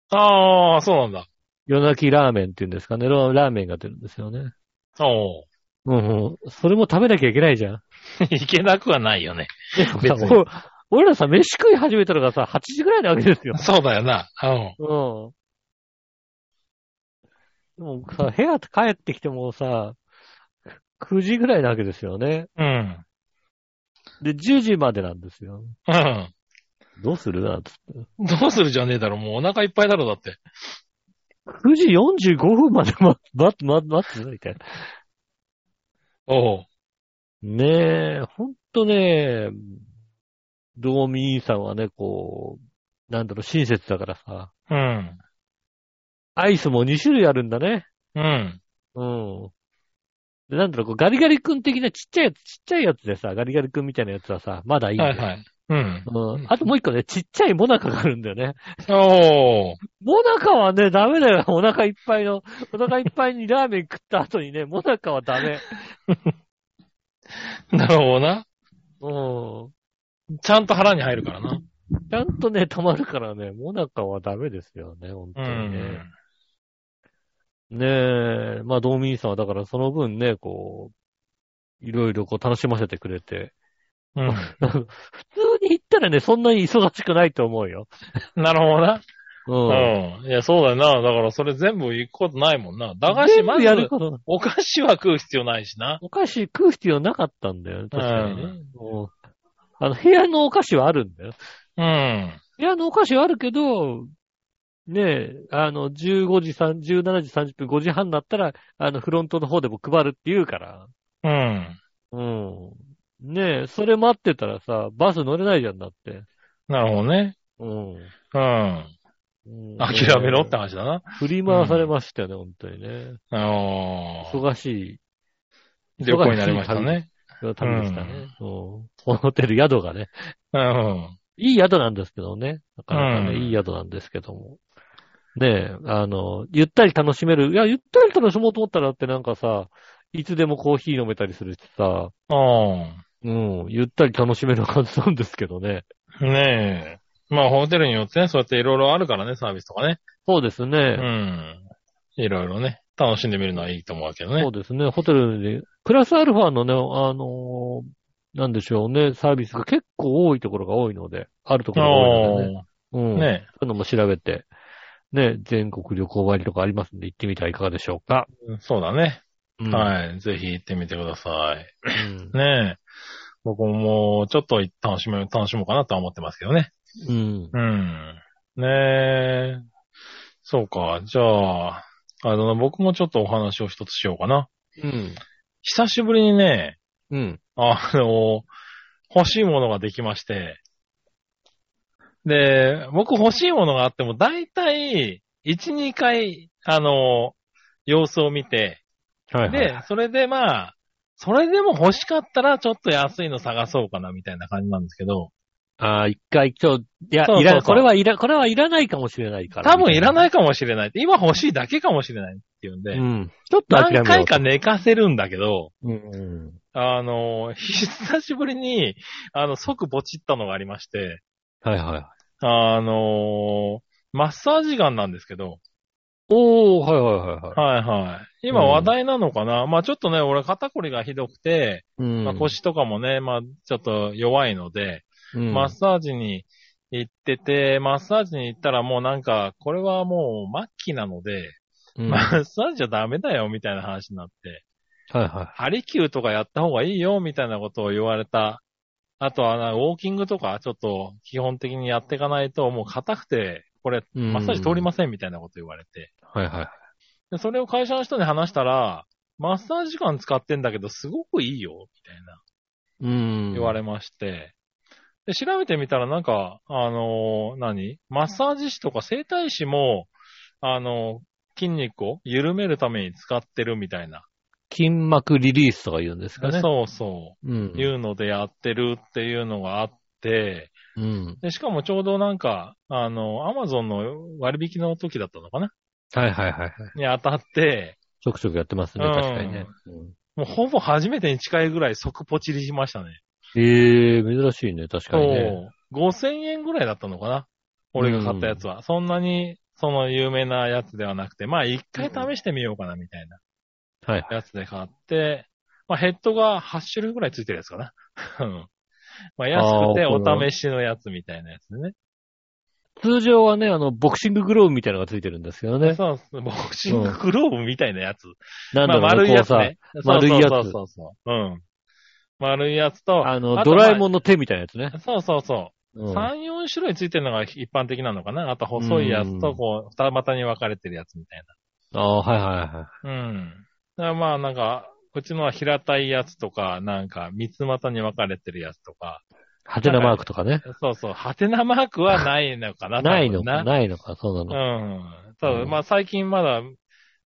[SPEAKER 3] ああ、そうなんだ。
[SPEAKER 2] 夜泣きラーメンっていうんですかね。ララーメンが出るんですよね。
[SPEAKER 3] お
[SPEAKER 2] うんうん。それも食べなきゃいけないじゃん。
[SPEAKER 3] ー <laughs> いけなくはな
[SPEAKER 2] <laughs>
[SPEAKER 3] いよね。
[SPEAKER 2] で
[SPEAKER 3] 別
[SPEAKER 2] も
[SPEAKER 3] に
[SPEAKER 2] さこう俺らさ、飯食い始めたのがさ、8時ぐらいなわけですよ。
[SPEAKER 3] そうだよな。うん。
[SPEAKER 2] うん。でもさ、部屋帰ってきてもさ、9時ぐらいなわけですよね。
[SPEAKER 3] うん。
[SPEAKER 2] で、10時までなんですよ。
[SPEAKER 3] うん。
[SPEAKER 2] どうするなんつって。
[SPEAKER 3] どうするじゃねえだろ、もうお腹いっぱいだろ、だって。
[SPEAKER 2] 9時45分まで待って、待って、待って、みたいな。
[SPEAKER 3] おう。
[SPEAKER 2] ねえ、ほんとね、ドーミーさんはね、こう、なんだろう、親切だからさ、
[SPEAKER 3] うん。
[SPEAKER 2] アイスも2種類あるんだね。
[SPEAKER 3] うん。
[SPEAKER 2] うん。で、なんだろう、こうガリガリ君的なちっちゃいやつ、ちっちゃいやつでさ、ガリガリ君みたいなやつはさ、まだいいんだ
[SPEAKER 3] は
[SPEAKER 2] よ
[SPEAKER 3] いはい。うん。
[SPEAKER 2] うん。あともう一個ね、ちっちゃいモナカがあるんだよね。
[SPEAKER 3] おー。
[SPEAKER 2] モナカはね、ダメだよ。お腹いっぱいの、お腹いっぱいにラーメン食った後にね、モナカはダメ。
[SPEAKER 3] なるほどな。
[SPEAKER 2] う
[SPEAKER 3] ちゃんと腹に入るからな。
[SPEAKER 2] ん。ちゃんとね、止まるからね、モナカはダメですよね、本当にね。ねえ、まあ、道民さんはだからその分ね、こう、いろいろこう楽しませてくれて。 <laughs>
[SPEAKER 3] うん。
[SPEAKER 2] 普通に行ったらね、そんなに忙しくないと思うよ。
[SPEAKER 3] なるほどな。
[SPEAKER 2] うん。
[SPEAKER 3] うん。いや、そうだよな。だからそれ全部行くことないもんな。駄菓子、
[SPEAKER 2] 全部
[SPEAKER 3] まず
[SPEAKER 2] や、ること
[SPEAKER 3] お菓子は食う必要ないしな。
[SPEAKER 2] お菓子食う必要なかったんだよね、確かにね。うんあの、部屋のお菓子はあるんだよ。
[SPEAKER 3] うん。
[SPEAKER 2] 部屋のお菓子はあるけど、ねえ、あの、15時3、17時30分、5時半になったら、あの、フロントの方でも配るって言うから。
[SPEAKER 3] うん。
[SPEAKER 2] うん。ねえ、それ待ってたらさ、バス乗れないじゃんだって。
[SPEAKER 3] なるほどね。
[SPEAKER 2] うん。
[SPEAKER 3] うん。
[SPEAKER 2] うん
[SPEAKER 3] 諦めろって話だな。
[SPEAKER 2] 振り回されましたよね、本当にね。
[SPEAKER 3] あー
[SPEAKER 2] 忙し
[SPEAKER 3] 旅行になりましたね。
[SPEAKER 2] い旅でしたね。うんホテル宿がね。
[SPEAKER 3] うん。
[SPEAKER 2] いい宿なんですけどね。なかなかね、
[SPEAKER 3] うん
[SPEAKER 2] いい宿なんですけども。ねえ、あの、ゆったり楽しめる。いや、ゆったり楽しもうと思ったらってなんかさ、いつでもコーヒー飲めたりするしさ、
[SPEAKER 3] あ
[SPEAKER 2] うん、ゆったり楽しめるはずなんですけどね。
[SPEAKER 3] あ。ねえ。まあ、ホテルによってね、そうやっていろいろあるからね、サービスとかね。
[SPEAKER 2] そうです
[SPEAKER 3] う
[SPEAKER 2] ね。
[SPEAKER 3] ん。いろいろね、楽しんでみるのはいいと思うけど
[SPEAKER 2] そ
[SPEAKER 3] ね
[SPEAKER 2] う。ですね。ホテルで、プラスアルファのね、あのなんでしょうね、サービスが結構多いところが多いので、あるところが多いのでね。う
[SPEAKER 3] あ
[SPEAKER 2] ん。
[SPEAKER 3] あね
[SPEAKER 2] そういうのも調べて、ね、全国旅行割とかありますんで行ってみてはいかがでしょうか。
[SPEAKER 3] え。そうだね。
[SPEAKER 2] うん
[SPEAKER 3] はい。ぜひ行ってみてください。
[SPEAKER 2] うん
[SPEAKER 3] ねえ。僕ももうちょっと楽しめ、楽しもうかなとは思ってますけどね。
[SPEAKER 2] うん。
[SPEAKER 3] うん。ねえ。そうか。じゃあ、あの、僕もちょっとお話を一つしようかな。
[SPEAKER 2] うん。
[SPEAKER 3] 久しぶりにね、
[SPEAKER 2] うん。
[SPEAKER 3] あの、欲しいものができまして。で、僕欲しいものがあっても、だいたい、1、2回、あの、様子を見て、
[SPEAKER 2] はい、はい。
[SPEAKER 3] で、それでまあ、それでも欲しかったら、ちょっと安いの探そうかな、みたいな感じなんですけど、
[SPEAKER 2] ああ、一回今日、いや、
[SPEAKER 3] そうそうそう
[SPEAKER 2] いら、これはいら、これはいらないかもしれないから。。
[SPEAKER 3] 多分いらないいかもしれない。今欲しいだけかもしれないっていうんで、
[SPEAKER 2] うん。ちょっと諦めよ
[SPEAKER 3] 何
[SPEAKER 2] う
[SPEAKER 3] 回か。寝かせるんだけど、
[SPEAKER 2] うん。
[SPEAKER 3] あの、久しぶりに、あの、即ポチったのがありまして、
[SPEAKER 2] はいはい。
[SPEAKER 3] あの、マッサージガンなんですけど、
[SPEAKER 2] おー、はいはいはいはい。
[SPEAKER 3] はいはい。今
[SPEAKER 2] うん
[SPEAKER 3] 話題なのかな、まあちょっとね、俺肩こりがひどくて、
[SPEAKER 2] うん
[SPEAKER 3] まあ、腰とかもね、まあちょっと弱いので、
[SPEAKER 2] うん
[SPEAKER 3] マッサージに行ってて、マッサージに行ったらもうなんか、これはもう末期なので、
[SPEAKER 2] うん
[SPEAKER 3] マ
[SPEAKER 2] はい
[SPEAKER 3] ッサージじゃダメだよみたいな話になって、
[SPEAKER 2] は
[SPEAKER 3] ハリキューとかやった方がいいよみたいなことを言われた。あとはな、ウォーキングとかちょっと基本的にやっていかないともう硬くて、これ、
[SPEAKER 2] い。
[SPEAKER 3] マッサージ通り
[SPEAKER 2] ま
[SPEAKER 3] ませんみたいなこと言われて。
[SPEAKER 2] す。はいはい。
[SPEAKER 3] でそれを会社の人に話したら、マッサージガン使ってんだけどすごくいいよ、みたいな。
[SPEAKER 2] うん。
[SPEAKER 3] 言われまして、で、調べてみたらなんか、あのー何マッサージ師とか整体師も、あのー筋肉を緩めるために使ってるみたいな。
[SPEAKER 2] 筋膜リリースとか言うんですかね。。
[SPEAKER 3] そうそう
[SPEAKER 2] うん
[SPEAKER 3] う。。いうのでやってるっていうのがあって、
[SPEAKER 2] うん。
[SPEAKER 3] で、しかもちょうどなんか、あの、アマゾンの割引の時だったのかな
[SPEAKER 2] はいはいはいはい。
[SPEAKER 3] に当たって、
[SPEAKER 2] ちょくちょくやってますね、
[SPEAKER 3] うん
[SPEAKER 2] 確かにね。うん
[SPEAKER 3] もうほぼ初めてに近いぐらい即ポチりしましたね。
[SPEAKER 2] ええ珍しいね、確かにね。
[SPEAKER 3] そう。5000円ぐらいだったのかな俺が買ったやつは。そんなに、その有名なやつではなくて、まあ一回試してみようかなみたいな
[SPEAKER 2] はいはい。
[SPEAKER 3] やつで買って、まあヘッドが8種類ぐらいついてるやつかな。うんまあ安くて
[SPEAKER 2] あー
[SPEAKER 3] お試しのやつみたいなやつでね。
[SPEAKER 2] 通常はね、あの、ボクシンググローブみたいなのがついてるんですけどね。
[SPEAKER 3] そうそう、ボクシンググローブみたいなやつ。
[SPEAKER 2] なん
[SPEAKER 3] ま
[SPEAKER 2] だ
[SPEAKER 3] あ
[SPEAKER 2] ろうね、
[SPEAKER 3] 丸いやつ
[SPEAKER 2] こうさ
[SPEAKER 3] ね。
[SPEAKER 2] 丸いやつ
[SPEAKER 3] そうそうそうそう。うん。丸いやつと、
[SPEAKER 2] あの、ド
[SPEAKER 3] とま
[SPEAKER 2] ラえもんの手みたいなやつね。
[SPEAKER 3] そうそうそう。
[SPEAKER 2] うん
[SPEAKER 3] 3、4種類ついてるのが一般的なのかなあと細いやつ
[SPEAKER 2] う
[SPEAKER 3] と、
[SPEAKER 2] ん
[SPEAKER 3] こう、二股に分かれてるやつみたい
[SPEAKER 2] ああ、はいはいはい。
[SPEAKER 3] な。うん。だからまあなんか、うちのは平たいやつとか、なんか、三つ股に分かれてるやつとか、
[SPEAKER 2] ハテナマークとかね。
[SPEAKER 3] そうそう、ハテナマークはないのか <laughs>
[SPEAKER 2] <laughs>
[SPEAKER 3] な
[SPEAKER 2] ないの
[SPEAKER 3] 多
[SPEAKER 2] か、
[SPEAKER 3] 分な
[SPEAKER 2] ないのか、そうなの。
[SPEAKER 3] うん。ただ、
[SPEAKER 2] うん
[SPEAKER 3] まあ最近まだ、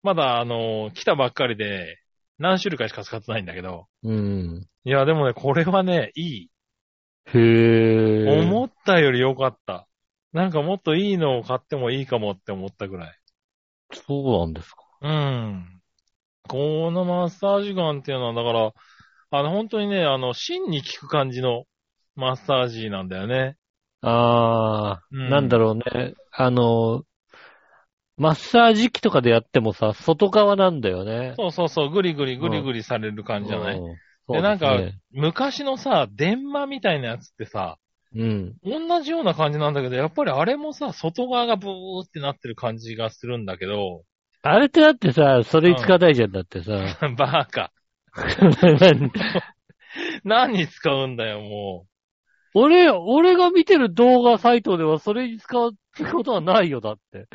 [SPEAKER 3] まだあの、来たばっかりで、何種類かしか使ってないんだけど、
[SPEAKER 2] うん。
[SPEAKER 3] いや、でもね、これはね、いい。
[SPEAKER 2] へえ。
[SPEAKER 3] 思ったより良かった。なんかもっといいのを買ってもいいかもって思ったぐらい。
[SPEAKER 2] そうなんですか。
[SPEAKER 3] うん。このマッサージガンっていうのは、だから、あの、本当にね、あの、芯に効く感じのマッサージなんだよね。
[SPEAKER 2] ああ、
[SPEAKER 3] うん
[SPEAKER 2] なんだろうね。あの、マッサージ機とかでやってもさ、外側なんだよね。
[SPEAKER 3] そうそうそう、ぐりぐりぐりぐりされる感じじゃない、
[SPEAKER 2] うん
[SPEAKER 3] で、なんか
[SPEAKER 2] そうですね、
[SPEAKER 3] 昔のさ、電話みたいなやつってさ、
[SPEAKER 2] うん。
[SPEAKER 3] 同じような感じなんだけど、やっぱりあれもさ、外側がブーってなってる感じがするんだけど、 <laughs>
[SPEAKER 2] あれってだってさ、それに使わないじゃんだってさ。
[SPEAKER 3] バカ。何に使うんだよ、も
[SPEAKER 2] <laughs> 俺、俺が見てる動画サイトではそれに使うことはないよ、だって。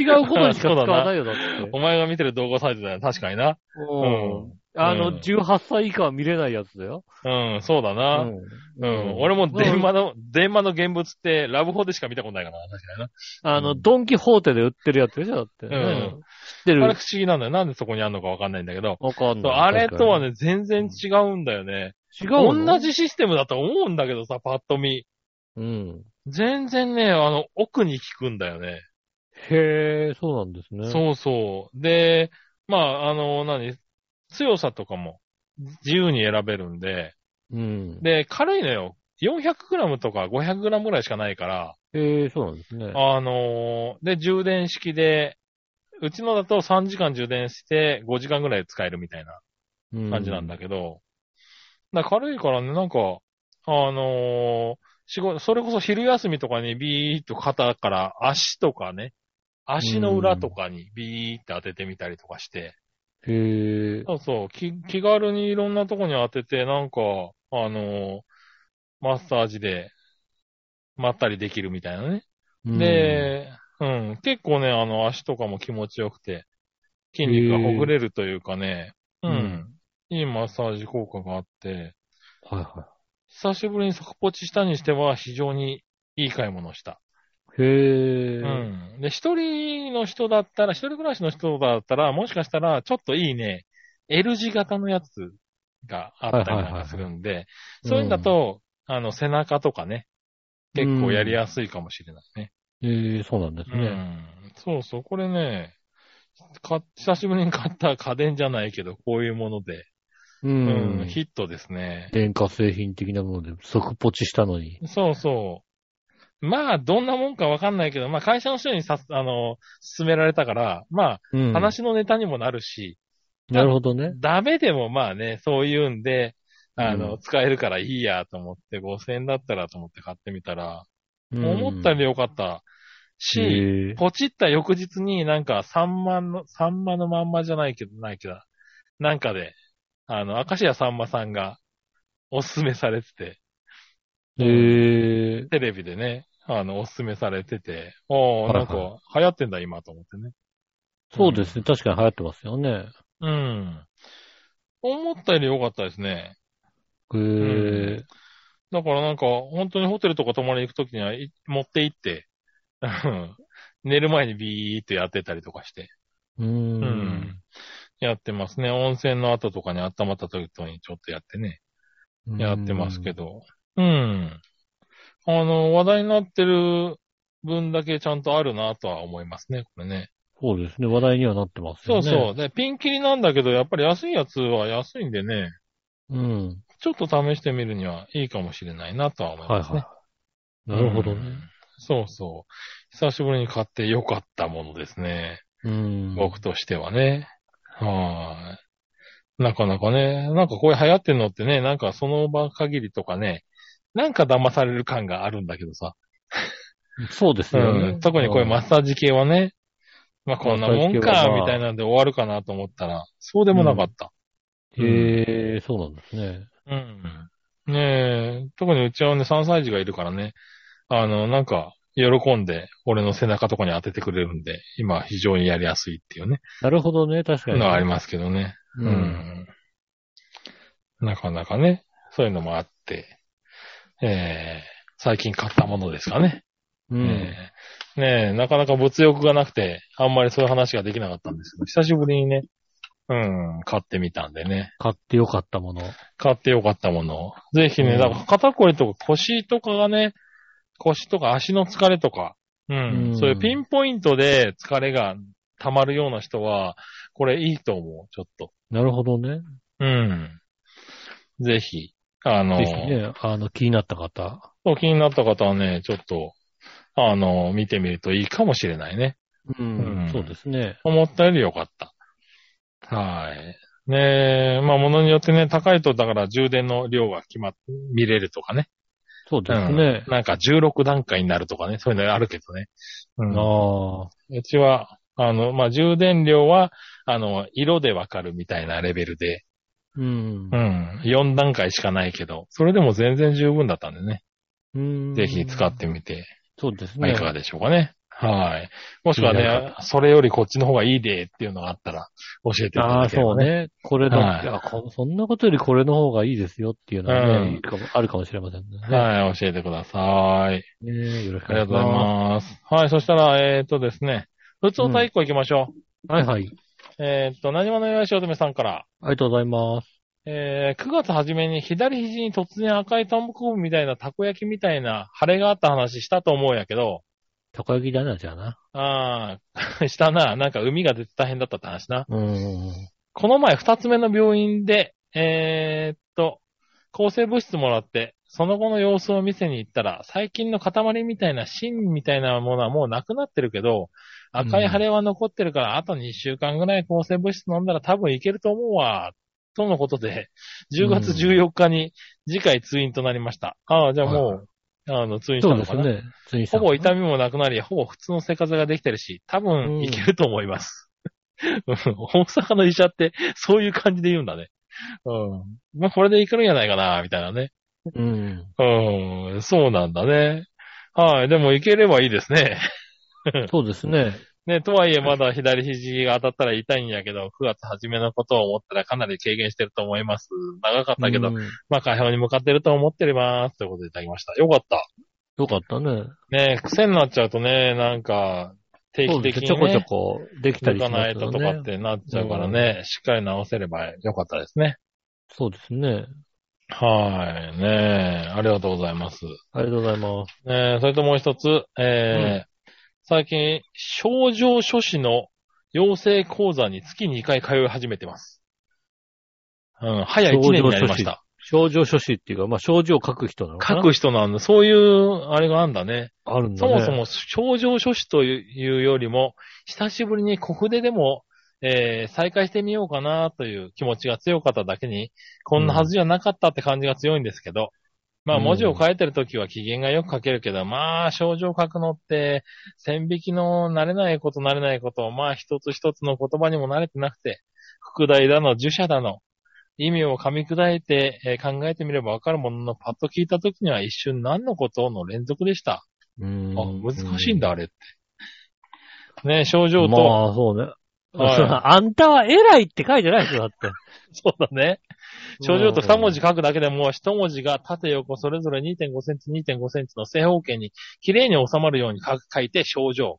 [SPEAKER 2] 違うことにしか使わないよ、
[SPEAKER 3] <laughs>
[SPEAKER 2] だっ
[SPEAKER 3] う
[SPEAKER 2] て。。
[SPEAKER 3] お前が見てる動画サイトだよ、確かにな。
[SPEAKER 2] うん。あ
[SPEAKER 3] うん
[SPEAKER 2] の、18歳以下は見れないやつだよ。
[SPEAKER 3] うん、そうだな。うん。俺も電話の、電話の現物ってラブホでしか見たことないからな、確かにな。
[SPEAKER 2] あの、ドンキホーテで売ってるやつでしょ、だって。
[SPEAKER 3] ん
[SPEAKER 2] 知ってる
[SPEAKER 3] あれ不。思議なんだよ。なんでそこにあるのかわかんないんだけど。
[SPEAKER 2] わかん
[SPEAKER 3] そ
[SPEAKER 2] な
[SPEAKER 3] う
[SPEAKER 2] い。
[SPEAKER 3] あれとは
[SPEAKER 2] ね、
[SPEAKER 3] ね、全然違うんだよね。
[SPEAKER 2] 違うの
[SPEAKER 3] 同。じシステムだと思うんだけどさ、パッと見。
[SPEAKER 2] うん。
[SPEAKER 3] 全然ね、あの、奥に効くんだよね。
[SPEAKER 2] へえ、そうなんですね。う。
[SPEAKER 3] そうそう。で、まあ、あの、何強さとかも自由に選べるんで、
[SPEAKER 2] うん。
[SPEAKER 3] で、軽いのよ。400g とか 500g ぐらいしかないから、
[SPEAKER 2] へえ、そうなんですね。
[SPEAKER 3] あのーで、充電式で、うちのだと3時間充電して5時間ぐらい使えるみたいな感じなんだ
[SPEAKER 2] け
[SPEAKER 3] けど、だから軽いからね、なんか、あのー仕事、それこそ昼休みとかにビーッと肩から足とかね、足の裏とかにビーッて当ててみたりとかして、
[SPEAKER 2] ど。へえ。
[SPEAKER 3] そうそう、気気軽にいろんなとこに当てて、なんか、あのーマッサージで、まったりできるみたいなね。
[SPEAKER 2] うん、
[SPEAKER 3] で、うん、結構ね、あの、足とかも気持ちよくて、筋肉がほぐれるというかね、
[SPEAKER 2] へ
[SPEAKER 3] う
[SPEAKER 2] ー
[SPEAKER 3] ん、いいマッサージ効果があって、
[SPEAKER 2] はいは
[SPEAKER 3] 久しぶりに即ポチしたにしては非常にいい買い物をした。
[SPEAKER 2] い。へえ。
[SPEAKER 3] うん。で、一人の人だったら、一人暮らしの人だったら、もしかしたら、ちょっといいね、L 字型のやつがあったりなんかするんで、そういうんだと、あの、背中とかね、結構やりやすいかもしれないね。
[SPEAKER 2] へえ、そうなんです
[SPEAKER 3] う
[SPEAKER 2] ね。
[SPEAKER 3] ん。そうそう、これね、か久しぶりに買った家電じゃないけど、こういうもので、
[SPEAKER 2] う。
[SPEAKER 3] うんヒットですね。
[SPEAKER 2] 電化製品的なもので即ポチしたのに。
[SPEAKER 3] そうそう。まあ、どんなもんかわかんないけど、まあ、会社の人にさ、あの、勧められたから、ま
[SPEAKER 2] う
[SPEAKER 3] あ、
[SPEAKER 2] ん。
[SPEAKER 3] 話のネタにもなるし、
[SPEAKER 2] なるほどね。
[SPEAKER 3] ダメでもまあね、そういうんで、あの、
[SPEAKER 2] うん
[SPEAKER 3] 使えるからいいやと思って、5000円だったらと思って買ってみたら、
[SPEAKER 2] うん
[SPEAKER 3] 思ったよりよかったし、
[SPEAKER 2] へえ
[SPEAKER 3] ポチった翌日になんか3万の、3万のまんまじゃないけど、ないけど、なんかで、あの、明石家さんまさんがおすすめされてて、
[SPEAKER 2] へえ。
[SPEAKER 3] テレビでね、あの、おすすめされてて、お
[SPEAKER 2] は
[SPEAKER 3] ー、
[SPEAKER 2] いは
[SPEAKER 3] ないんか流行ってんだ今と思ってね。
[SPEAKER 2] そうですね。確かに流行ってますよね。
[SPEAKER 3] うん。思ったより良かったですね。
[SPEAKER 2] へえ。
[SPEAKER 3] だからなんか、本当にホテルとか泊まりに行くときにはい持って行って、うん寝る前にビーってやってたりとかして。
[SPEAKER 2] う。
[SPEAKER 3] うんん。やってますね。温泉の後とかに温まった時とにちょっとやってね。やってますけ
[SPEAKER 2] ど。
[SPEAKER 3] ど。うん。あの、話題になってる分だけちゃんとあるなとは思いますね、これね。
[SPEAKER 2] そうですね。話題にはなってます
[SPEAKER 3] そ
[SPEAKER 2] よ
[SPEAKER 3] う
[SPEAKER 2] ね。
[SPEAKER 3] そう。で、ピンキリなんだけど、やっぱり安いやつは安いんでね、
[SPEAKER 2] う。うん。
[SPEAKER 3] ちょっと試してみるにはいいかもしれないなとは思い
[SPEAKER 2] はい
[SPEAKER 3] ますね。
[SPEAKER 2] はい。なるほど
[SPEAKER 3] う
[SPEAKER 2] ね
[SPEAKER 3] ん。そうそう。久しぶりに買って良かったものですね。
[SPEAKER 2] うん。
[SPEAKER 3] 僕としてはね。はーい。なかなかね、なんかこういう流行ってんのってね、なんかその場限りとかね、なんか騙される感があるんだけどさ。
[SPEAKER 2] そうです
[SPEAKER 3] う
[SPEAKER 2] よ
[SPEAKER 3] ん
[SPEAKER 2] ね。
[SPEAKER 3] 特にこういうマッサージ系はね、まあこんなもん
[SPEAKER 2] マッサージ
[SPEAKER 3] か
[SPEAKER 2] 系は、まあ
[SPEAKER 3] みたいなんで終わるかなと思ったら、そうでもなかった。
[SPEAKER 2] へえ、そうなんですね。
[SPEAKER 3] うん。ねえ、特にうちはね、3歳児がいるからね、あの、なんか、喜んで、俺の背中とかに当ててくれるんで、今は非常にやりやすいっていうね、
[SPEAKER 2] なるほどね。確かに。
[SPEAKER 3] のはありますけどね。
[SPEAKER 2] う。
[SPEAKER 3] うんん。なかなかね、そういうのもあって、えー、最近買ったものですかね。
[SPEAKER 2] う
[SPEAKER 3] え
[SPEAKER 2] ん。
[SPEAKER 3] ーねえ、なかなか物欲がなくて、あんまりそういう話ができなかったんですけど、久しぶりにね、うん、買ってみたんでね。
[SPEAKER 2] 買ってよかったもの。
[SPEAKER 3] 買ってよかったもの。ぜひね、
[SPEAKER 2] うん
[SPEAKER 3] だから肩こりとか腰とかがね、腰とか足の疲れとか、う
[SPEAKER 2] う
[SPEAKER 3] ん、
[SPEAKER 2] ん
[SPEAKER 3] そういうピンポイントで疲れが溜まるような人は、これいいと思う、ちょっと。
[SPEAKER 2] なるほどね。
[SPEAKER 3] うん。ぜひ、あの、
[SPEAKER 2] ぜひね、あの、気になった方。
[SPEAKER 3] お気になった方はね、ちょっと、あの、見てみるといいかもしれないね。
[SPEAKER 2] う
[SPEAKER 3] うん
[SPEAKER 2] ん。そうですね。
[SPEAKER 3] 思ったより良かった。はい。ねえ、まあ、ものによってね、高いと、だから充電の量が決まっ、見れるとかね。
[SPEAKER 2] そうですね。
[SPEAKER 3] なんか16段階になるとかね、そういうのあるけどね。うん、
[SPEAKER 2] ああ。
[SPEAKER 3] うちは、あの、まあ、充電量は、あの、色でわかるみたいなレベルで、
[SPEAKER 2] うん
[SPEAKER 3] う。ん、4段階しかないけど、それでも全然十分だったんでね、
[SPEAKER 2] うん
[SPEAKER 3] ぜひ使ってみて
[SPEAKER 2] そうです
[SPEAKER 3] はい
[SPEAKER 2] ね
[SPEAKER 3] か。がでしょうかね。はい。もしくはい
[SPEAKER 2] い
[SPEAKER 3] ね
[SPEAKER 2] ね、
[SPEAKER 3] それよりこっちの方がいいでっていうのがあったら、教えていた
[SPEAKER 2] あ
[SPEAKER 3] だ
[SPEAKER 2] あ、
[SPEAKER 3] けれ
[SPEAKER 2] そう
[SPEAKER 3] ば、ね。
[SPEAKER 2] ね。これだ
[SPEAKER 3] は
[SPEAKER 2] っ
[SPEAKER 3] い
[SPEAKER 2] て、あこそんなことよりこれの方がいいですよっていうのは
[SPEAKER 3] うん
[SPEAKER 2] ね、いいかもあるかもしれませんね。
[SPEAKER 3] はい、教えてください。
[SPEAKER 2] い。ねよろしく
[SPEAKER 3] あ
[SPEAKER 2] お願いし
[SPEAKER 3] りがとうござい
[SPEAKER 2] ま
[SPEAKER 3] ます。はい、そしたら、えっ、ー、とですね、普通歌1個行きましょ
[SPEAKER 2] す。はいはい。
[SPEAKER 3] う。えっ、と、何者よしおとめさんから。
[SPEAKER 2] ありがとうございます。
[SPEAKER 3] えー9月初めに左肘に突然赤いタンポコブみたいなたこ焼きみたいな腫れがあった話したと思うんやけど、
[SPEAKER 2] たこ焼きだな、じゃあな。
[SPEAKER 3] ああ、 <laughs> したな。なんか海が出て大変だったって話な。
[SPEAKER 2] うん。
[SPEAKER 3] この前二つ目の病院で、えーっと、抗生物質もらって、その後の様子を見せに行ったら、最近の塊みたいな芯みたいなものはもうなくなってるけど、赤い腫れは残ってるから、あと2週間ぐらい抗生物質飲んだら多分いけると思うわ。とのことで、10月14日に次回通院となりました。ああ、じゃあもう、あの、通院した
[SPEAKER 2] そう
[SPEAKER 3] の
[SPEAKER 2] で
[SPEAKER 3] か
[SPEAKER 2] すね。
[SPEAKER 3] な。
[SPEAKER 2] つい
[SPEAKER 3] ほぼ痛みもなくなり、ほぼ普通の生活ができてるし、多
[SPEAKER 2] う
[SPEAKER 3] 分
[SPEAKER 2] ん
[SPEAKER 3] いけると思います。 <laughs> 大阪の医者って、そういう感じで言うんだね。うん。まあ、これでいけるんじゃないかな、みたいなね。
[SPEAKER 2] うん。
[SPEAKER 3] うん、そうなんだね。はい、でもいければいいですね。 <laughs>
[SPEAKER 2] そうですね。
[SPEAKER 3] ね、とはいえまだ左肘が当たったら痛いんやけど、9月初めのことを思ったらかなり軽減してると思います。長かったけど、
[SPEAKER 2] うん
[SPEAKER 3] まあ、解放に向かってると思ってれば、ということでいただきました。よかった。
[SPEAKER 2] よかったね。
[SPEAKER 3] ね癖になっちゃうとね、なんか、定
[SPEAKER 2] そ
[SPEAKER 3] 期
[SPEAKER 2] うで
[SPEAKER 3] 的
[SPEAKER 2] す
[SPEAKER 3] に、ね、
[SPEAKER 2] ね。ちょこちょこできた
[SPEAKER 3] 行
[SPEAKER 2] りし
[SPEAKER 3] か
[SPEAKER 2] ま
[SPEAKER 3] ない
[SPEAKER 2] す
[SPEAKER 3] と
[SPEAKER 2] よ
[SPEAKER 3] とかっ
[SPEAKER 2] ね。
[SPEAKER 3] てなっちゃうからね、しっかり直せればよかったですね。
[SPEAKER 2] そうですね。
[SPEAKER 3] はい、ねえありがとうございます。
[SPEAKER 2] ありがとうございます。
[SPEAKER 3] ねえそれともう一つ、えー最近、症状書士の養成講座に月2回通い始めてます。うん、早1年になりました。
[SPEAKER 2] 症状書士っていうか、まあ、症状を書く人なのか
[SPEAKER 3] 書
[SPEAKER 2] な
[SPEAKER 3] く人なんだ。そういう、あれがあんだね。
[SPEAKER 2] あるんだ
[SPEAKER 3] そ
[SPEAKER 2] ね。
[SPEAKER 3] もそも症状書士というよりも、久しぶりに小筆でも、えー再開してみようかなという気持ちが強かっただけに、こんなはずじゃなかったって感じが強いんですけど、まあ
[SPEAKER 2] うん
[SPEAKER 3] 文字を書いてるときは機嫌がよく書けるけど、まあ症状書くのって、線引きの慣れないこと慣れないこと、まあ一つ一つの言葉にも慣れてなくて、副題だの、受者だの、意味を噛み砕いて、えー考えてみればわかるものの、パッと聞いたときには一瞬何のことの連続でした。
[SPEAKER 2] うん。
[SPEAKER 3] あ、難しいんだ、あれって。ね症状と、
[SPEAKER 2] まあ、そうね。
[SPEAKER 3] は
[SPEAKER 2] あんたは偉いって書いてないですよ、だって。
[SPEAKER 3] <laughs> そうだね。症状と2文
[SPEAKER 2] 字。
[SPEAKER 3] 字書くだけでも、1文字が縦横それぞれ2.5センチ、2.5センチの正方形に綺麗に収まるように書く書いて症状。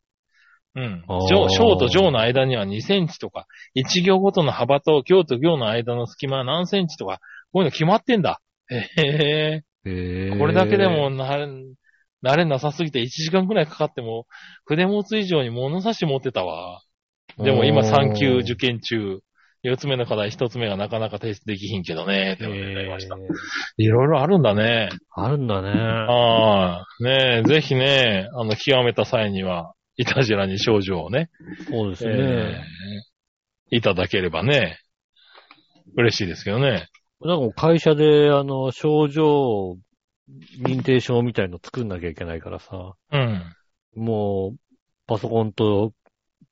[SPEAKER 3] うん。
[SPEAKER 2] あー
[SPEAKER 3] 上小と上の間には2センチとか、1行ごとの幅と行と行の間の隙間は何センチとか、こういうの決まってんだ。 <laughs> へえ。
[SPEAKER 2] へー
[SPEAKER 3] これだけでもなれ、慣れなさすぎて1時間くらいかかっても、筆持つ以上に物差し持ってたわ。でも今3級受験中、4つ目の課題1つ目がなかなか提出できひんけどね、って
[SPEAKER 2] へ
[SPEAKER 3] こと
[SPEAKER 2] ー
[SPEAKER 3] になりました。いろいろあるんだね。
[SPEAKER 2] あるんだね。
[SPEAKER 3] ああ、ねえ、ぜひね、あの、極めた際には、いたじらに症状をね、
[SPEAKER 2] <laughs> そうです
[SPEAKER 3] え
[SPEAKER 2] ね。
[SPEAKER 3] えいただければね、嬉しいですけどね。
[SPEAKER 2] なんかもう会社で、あの、症状認定証みたいの作んなきゃいけないからさ、
[SPEAKER 3] うん。
[SPEAKER 2] もう、パソコンと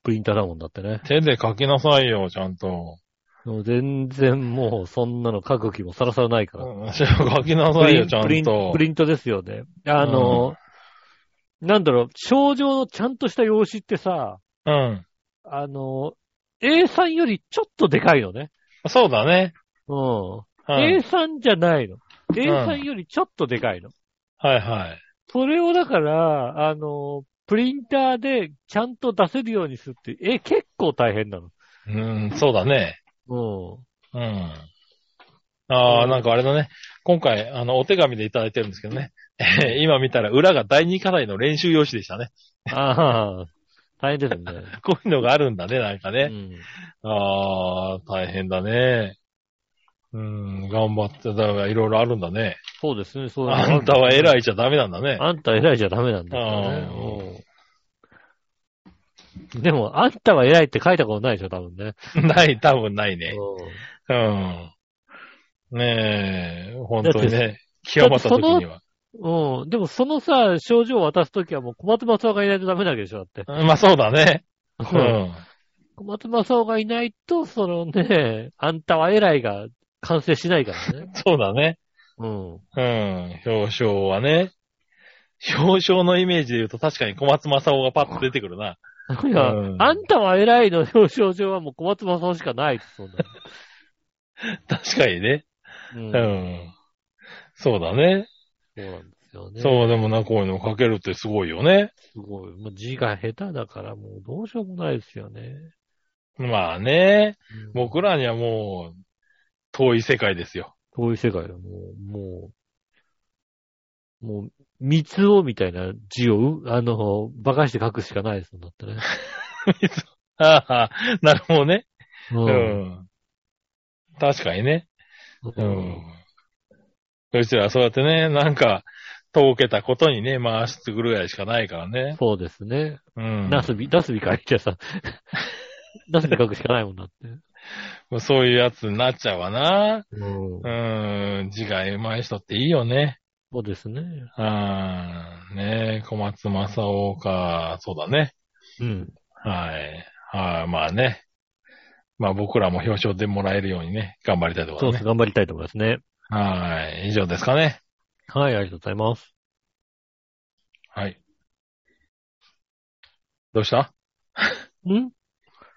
[SPEAKER 2] プリンターだもんだってね。
[SPEAKER 3] 手で書きなさいよ、ちゃんと。
[SPEAKER 2] もう全然もう、そんなの書く気もさらさらないから。
[SPEAKER 3] うん書きな
[SPEAKER 2] プ
[SPEAKER 3] さい
[SPEAKER 2] リ
[SPEAKER 3] よ、
[SPEAKER 2] ン
[SPEAKER 3] ちゃ
[SPEAKER 2] プリ
[SPEAKER 3] ん
[SPEAKER 2] ン
[SPEAKER 3] と
[SPEAKER 2] プ。リントですよね。あの、なんだろう、症状のちゃんとした用紙ってさ、
[SPEAKER 3] うん。
[SPEAKER 2] あの、A3 よりちょっとでかいのね。
[SPEAKER 3] そうだね。
[SPEAKER 2] うん。
[SPEAKER 3] うん
[SPEAKER 2] A3 じゃないの。A3 よりちょっとでかいの。
[SPEAKER 3] はいはい。
[SPEAKER 2] それをだから、あの、プリンターでちゃんと出せるようにするって、え、結構大変なの。
[SPEAKER 3] うん、そうだね。
[SPEAKER 2] うん。
[SPEAKER 3] うん。ああ、
[SPEAKER 2] うん
[SPEAKER 3] なんかあれだね。今回、あの、お手紙でいただいてるんですけどね。えー <laughs> 今見たら裏が第二課題の練習用紙でしたね。 <laughs>
[SPEAKER 2] ああ、大変ですね。
[SPEAKER 3] こういうのがあるんだね、なんか
[SPEAKER 2] う
[SPEAKER 3] ね。
[SPEAKER 2] ん。
[SPEAKER 3] ああ、大変だね。うん、頑張って、だからいろいろあるんだね。
[SPEAKER 2] そうですね、そう。
[SPEAKER 3] あんたはい偉いじゃダメなんだね。
[SPEAKER 2] <laughs> あんた偉いじゃダメなんだ
[SPEAKER 3] あ
[SPEAKER 2] よね。うんでも、あんたは偉いって書いたことないでしょ、多分ね。
[SPEAKER 3] <laughs> ない、多分ないね。
[SPEAKER 2] う
[SPEAKER 3] うん。ねえ、本当に
[SPEAKER 2] だ
[SPEAKER 3] ね。極まった時には。
[SPEAKER 2] ん。うん。でも、そのさ、症状を渡すときはもう小松正夫がいないとダメなわけでしょ、だって。
[SPEAKER 3] まあそうだね。うん。
[SPEAKER 2] 小松正夫がいないと、そのね、あんたは偉いが完成しないからね。
[SPEAKER 3] そうだね。
[SPEAKER 2] うん。
[SPEAKER 3] うん、表彰はね。表彰のイメージで言うと確かに小松正夫がパッと出てくるな。 <laughs>
[SPEAKER 2] いや、
[SPEAKER 3] うん
[SPEAKER 2] あんたは偉いの表彰状はもう小松正夫しかないです、そんな
[SPEAKER 3] 確かにね。
[SPEAKER 2] の。うん
[SPEAKER 3] うん。そうだね。
[SPEAKER 2] そうなんですよね。
[SPEAKER 3] そう、でもな、こういうのを書けるってすごいよね。
[SPEAKER 2] すごい。もう字が下手だから、もうどうしようもないですよね。
[SPEAKER 3] まあね、
[SPEAKER 2] うん
[SPEAKER 3] 僕らにはもう、遠い世界ですよ。 <laughs>
[SPEAKER 2] 遠い世界だ。もう、もう、もう、三つをみたいな字をう、あの、馬鹿にして書くしかないですもん、だってね。
[SPEAKER 3] ああ、なるほどね。
[SPEAKER 2] う
[SPEAKER 3] <laughs> う。ん。確かにね。
[SPEAKER 2] う
[SPEAKER 3] うんん。そしたらそうやってね、なんか、とぼけたことにね、回してくるぐらいしかないからね。
[SPEAKER 2] そうですね。
[SPEAKER 3] うん。
[SPEAKER 2] ナスビ、ナスビ書いて
[SPEAKER 3] <laughs>
[SPEAKER 2] さ、ナスビ書くしかないもんだって。
[SPEAKER 3] そういうやつになっちゃうわな。
[SPEAKER 2] うん
[SPEAKER 3] う。ーん。字が上手い人っていいよね。
[SPEAKER 2] そうですね。
[SPEAKER 3] あーねえ、小松正夫か、そうだね。
[SPEAKER 2] うん。
[SPEAKER 3] はい。はい、まあね。まあ僕らも表彰でもらえるようにね、頑張りたいとこ
[SPEAKER 2] そう
[SPEAKER 3] ろ
[SPEAKER 2] で
[SPEAKER 3] だ
[SPEAKER 2] す。
[SPEAKER 3] ね。
[SPEAKER 2] 頑張りたいと思いますね。
[SPEAKER 3] はい。以上ですかね。
[SPEAKER 2] はい、ありがとうございます。
[SPEAKER 3] はい。どうした
[SPEAKER 2] ん
[SPEAKER 3] ど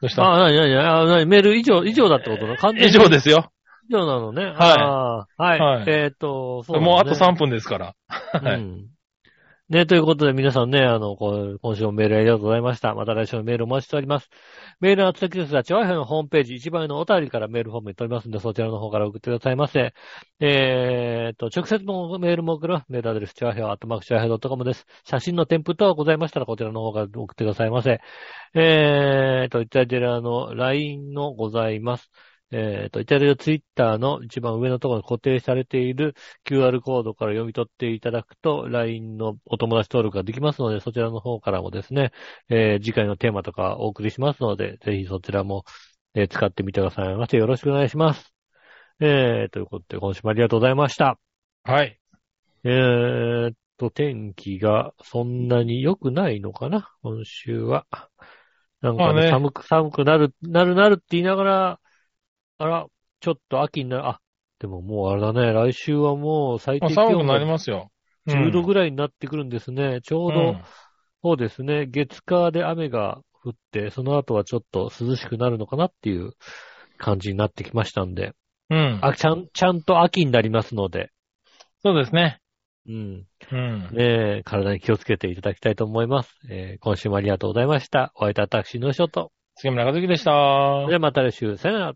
[SPEAKER 3] うした
[SPEAKER 2] あ、なになにあ、なにメール以上、以上だってことな完全
[SPEAKER 3] 以
[SPEAKER 2] に
[SPEAKER 3] 上ですよ。
[SPEAKER 2] 以上なのね。はいはい。
[SPEAKER 3] はい
[SPEAKER 2] えーっと、そ
[SPEAKER 3] もうあと3
[SPEAKER 2] 三
[SPEAKER 3] 分ですから。はい
[SPEAKER 2] うん。ね、ということで皆さんね、あの、こう今週もメールありがとうございました。また来週もメールお待ちしております。メールの宛先ですが、チョアヘのホームページ一番上のお便りからメールフォームに飛びますので、そちらの方から送ってくださいませ。えーっと、直接のメールも送るメールアドレス、チョアヘア、アットマークチョアヘア .com です。写真の添付等ございましたら、こちらの方から送ってくださいませ。えーっと、イタジェラの LINE のございます。えーっと、イタジェラツイッターの一番上のところに固定されている QR コードから読み取っていただくと、LINE のお友達登録ができますので、そちらの方からもですね、えー次回のテーマとかお送りしますので、ぜひそちらも、えー使ってみてくださいませ。よろしくお願いします。えー、ということで、今週もありがとうございました。
[SPEAKER 3] はい。
[SPEAKER 2] えーっと、天気がそんなに良くないのかな今週は。なんか
[SPEAKER 3] まあ
[SPEAKER 2] ね、
[SPEAKER 3] ね
[SPEAKER 2] 寒く、寒くなる、なるなるって言いながら、あら、ちょっと秋になる、あ、でももうあれだね、来週はもう最
[SPEAKER 3] まあ
[SPEAKER 2] 低気
[SPEAKER 3] 寒く
[SPEAKER 2] 温
[SPEAKER 3] なり
[SPEAKER 2] が
[SPEAKER 3] ますよ。
[SPEAKER 2] 10度
[SPEAKER 3] らい
[SPEAKER 2] ぐらいになってくるんですね。ちょうど、そうですね、月火で雨が降って、その後はちょっと涼しくなるのかなっていう感じになってきましたんで、
[SPEAKER 3] うん。うん
[SPEAKER 2] あ、ちゃん、ちゃんと秋になりますので、
[SPEAKER 3] そうですね。
[SPEAKER 2] うん。
[SPEAKER 3] うん。
[SPEAKER 2] ねえ、体に気をつけていただきたいと思います。えー今週もありがとうございました。お会いいたタクシーの人と。
[SPEAKER 3] 杉村和樹でした
[SPEAKER 2] で。はまた来週、さよなら。